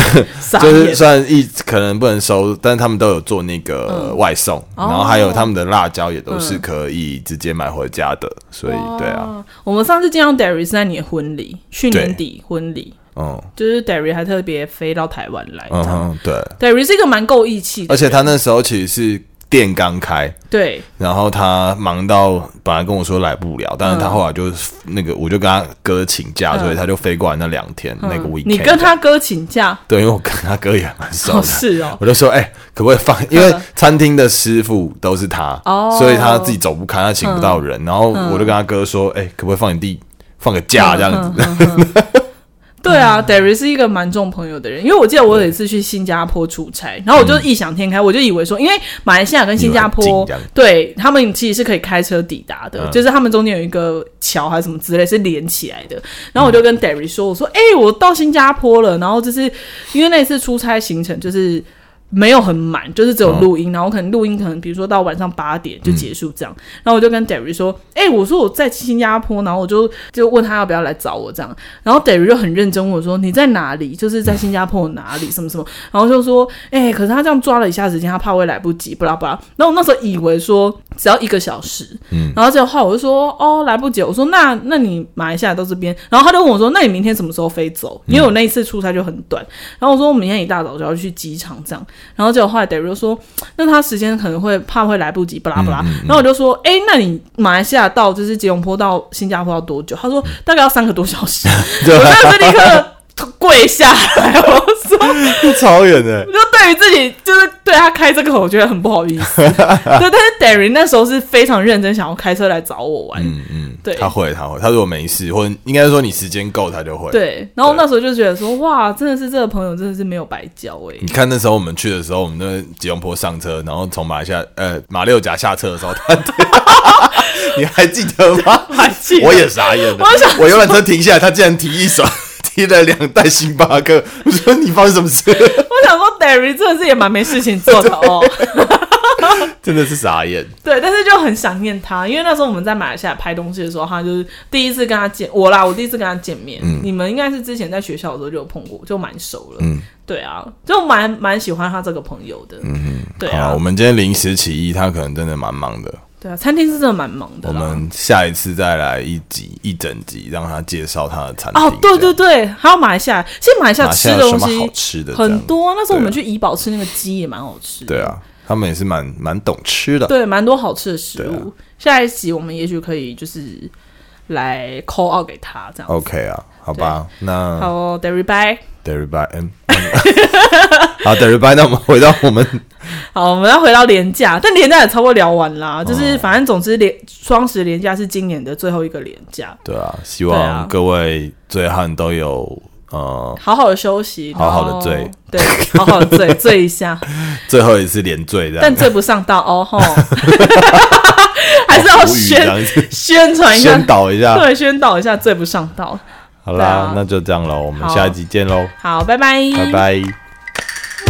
[SPEAKER 1] 傻
[SPEAKER 2] 就
[SPEAKER 1] 眼
[SPEAKER 2] 是虽然一可能不能收，但是他们都有做那个
[SPEAKER 1] 嗯
[SPEAKER 2] 外送，
[SPEAKER 1] 哦
[SPEAKER 2] 然后还有他们的辣椒也都是可以直接买回家的，所以对啊，
[SPEAKER 1] 哦我们上次见到 Derry 是在你的婚礼，去年
[SPEAKER 2] 对
[SPEAKER 1] 底婚礼，
[SPEAKER 2] 嗯
[SPEAKER 1] 就是 Derry 还特别飞到台湾来。
[SPEAKER 2] 嗯哼，对，
[SPEAKER 1] Derry 是一个蛮够义气的
[SPEAKER 2] 而，且他那时候其实是店刚开，
[SPEAKER 1] 对，
[SPEAKER 2] 然后他忙到本来跟我说来不了，但是他后来就那个我就跟他哥请假，所以他就飞过来那两天那个
[SPEAKER 1] 嗯
[SPEAKER 2] weekend。
[SPEAKER 1] 你跟他哥请假，
[SPEAKER 2] 对，因为我跟他哥也蛮熟
[SPEAKER 1] 哦
[SPEAKER 2] 的，
[SPEAKER 1] 是哦
[SPEAKER 2] 我就说，哎、可不可以放？因为餐厅的师傅都是他，
[SPEAKER 1] 哦嗯
[SPEAKER 2] 所以他自己走不开，他请不到人。然后我就跟他哥说，哎、可不可以放你弟放个假这样子？
[SPEAKER 1] 嗯对啊、d
[SPEAKER 2] 嗯
[SPEAKER 1] e r r y 是一个蛮重朋友的人，因为我记得我有一次去新加坡出差，然后我就异想天开，我就以为说，因为马来西亚跟新加
[SPEAKER 2] 以为很
[SPEAKER 1] 坡
[SPEAKER 2] 嗯近这样
[SPEAKER 1] 对他们其实是可以开车抵达的，
[SPEAKER 2] 嗯
[SPEAKER 1] 就是他们中间有一个桥还是什么之类是连起来
[SPEAKER 2] 嗯
[SPEAKER 1] 的。然后我就跟 Derry 说，我说，哎、我到新加坡了，然后就是因为那次出差行程就是。没有很满，就是只有录
[SPEAKER 2] 嗯
[SPEAKER 1] 音，然后可能录音可能比如说到晚上八点就结束这样，然后我就跟 Derry 说，哎、我说我在新加坡，然后我就就问他要不要来找我这样，然后 Derry 就很认真问我说你在哪里？就是在新加坡哪里什么什么，然后就说，哎、可是他这样抓了一下时间，他怕会来不及，不啦不啦。然后我那时候以为说只要一个小时，嗯，然后这个话我就说哦来不及，我说那那你马来西亚到这边，然后他就问我说那你明天什么时候飞走？因为我那一次出差就很短，然后我说我明天一大早就要去机场这样，然后结果后来 Derry 就说那他时间可能会怕会来不及，不啦不啦。然后我就说，哎、那你马来西亚到就是吉隆坡到新加坡要多久？他说大概要三个多小时。
[SPEAKER 2] 对
[SPEAKER 1] 我当时立刻跪下来， 我说，
[SPEAKER 2] 超远的、
[SPEAKER 1] 我就对于自己就是对他开这个，我觉得很不好意思。对，但是 Derry 那时候是非常认真想要开车来找我玩。
[SPEAKER 2] 嗯嗯，
[SPEAKER 1] 对
[SPEAKER 2] 他会，他会，他如果没事，或者应该说你时间够，他就会。，
[SPEAKER 1] 对，然后那时候就觉得说，哇，真的是这个朋友真的是没有白交哎、
[SPEAKER 2] 你看那时候我们去的时候，我们那吉隆坡上车，然后从马来西亚呃马六甲下车的时候， 他你还记得吗？
[SPEAKER 1] 还记得
[SPEAKER 2] 我也傻眼了，
[SPEAKER 1] 我想
[SPEAKER 2] 我游览车停下来，他竟然提一手 提了两袋星巴克，我说你发生什么 事？
[SPEAKER 1] 我想说 Derry 真的是也蛮没事情做的哦。
[SPEAKER 2] 真的是傻眼，
[SPEAKER 1] 对，但是就很想念他，因为那时候我们在马来西亚拍东西的时候，他就是第一次跟他见我啦，我第一次跟他见面。你们应该是之前在学校的时候就有碰过，就蛮熟了。
[SPEAKER 2] 嗯，
[SPEAKER 1] 对啊，就蛮蛮喜欢他这个朋友的。嗯对
[SPEAKER 2] 好啦
[SPEAKER 1] 啊
[SPEAKER 2] 我，们今天临时起意，他可能真的蛮忙的。
[SPEAKER 1] 对啊，餐厅是真的蛮忙的
[SPEAKER 2] 我
[SPEAKER 1] 啦。
[SPEAKER 2] 们下一次再来一集一整集，让他介绍他的餐厅。
[SPEAKER 1] 哦，对
[SPEAKER 2] 这
[SPEAKER 1] 对对，
[SPEAKER 2] 样，
[SPEAKER 1] 还有马来西亚，其实马来西亚
[SPEAKER 2] 马来西
[SPEAKER 1] 吃
[SPEAKER 2] 亚
[SPEAKER 1] 的
[SPEAKER 2] 有什
[SPEAKER 1] 东
[SPEAKER 2] 么
[SPEAKER 1] 西
[SPEAKER 2] 好吃的？这
[SPEAKER 1] 很
[SPEAKER 2] 样
[SPEAKER 1] 多啊。那时候我们
[SPEAKER 2] 对
[SPEAKER 1] 去怡宝吃那个鸡也蛮好吃的。
[SPEAKER 2] 对啊，他们也是蛮蛮懂吃的。
[SPEAKER 1] 对，蛮多好吃的食
[SPEAKER 2] 对啊
[SPEAKER 1] 物。下一集我们也许可以就是来 call out 给他这样子。
[SPEAKER 2] OK 啊，好吧，那
[SPEAKER 1] 好哦，Derry bye。
[SPEAKER 2] Derry by 嗯， 好 Derry by，那我们回到我们
[SPEAKER 1] 好，我们要回到廉价，但廉价也差不多聊完啦。
[SPEAKER 2] 哦
[SPEAKER 1] 就是反正总之廉双十廉价是今年的最后一个廉价，
[SPEAKER 2] 对啊，希
[SPEAKER 1] 对啊
[SPEAKER 2] 望各位醉汉都有呃
[SPEAKER 1] 好好的休息，
[SPEAKER 2] 好好地
[SPEAKER 1] 然后
[SPEAKER 2] 醉，
[SPEAKER 1] 对，好好的 醉醉一下，
[SPEAKER 2] 最后一次连醉这
[SPEAKER 1] 但
[SPEAKER 2] 样，
[SPEAKER 1] 醉不上道哦 吼，还是要
[SPEAKER 2] 无语这
[SPEAKER 1] 宣
[SPEAKER 2] 样子，
[SPEAKER 1] 宣传一下
[SPEAKER 2] 宣，导一 下。
[SPEAKER 1] 对，宣导一下醉不上道。
[SPEAKER 2] 好
[SPEAKER 1] 对啊
[SPEAKER 2] 啦，那就这样喽，我们
[SPEAKER 1] 好
[SPEAKER 2] 下一集见喽，
[SPEAKER 1] 好，拜拜，
[SPEAKER 2] 拜拜。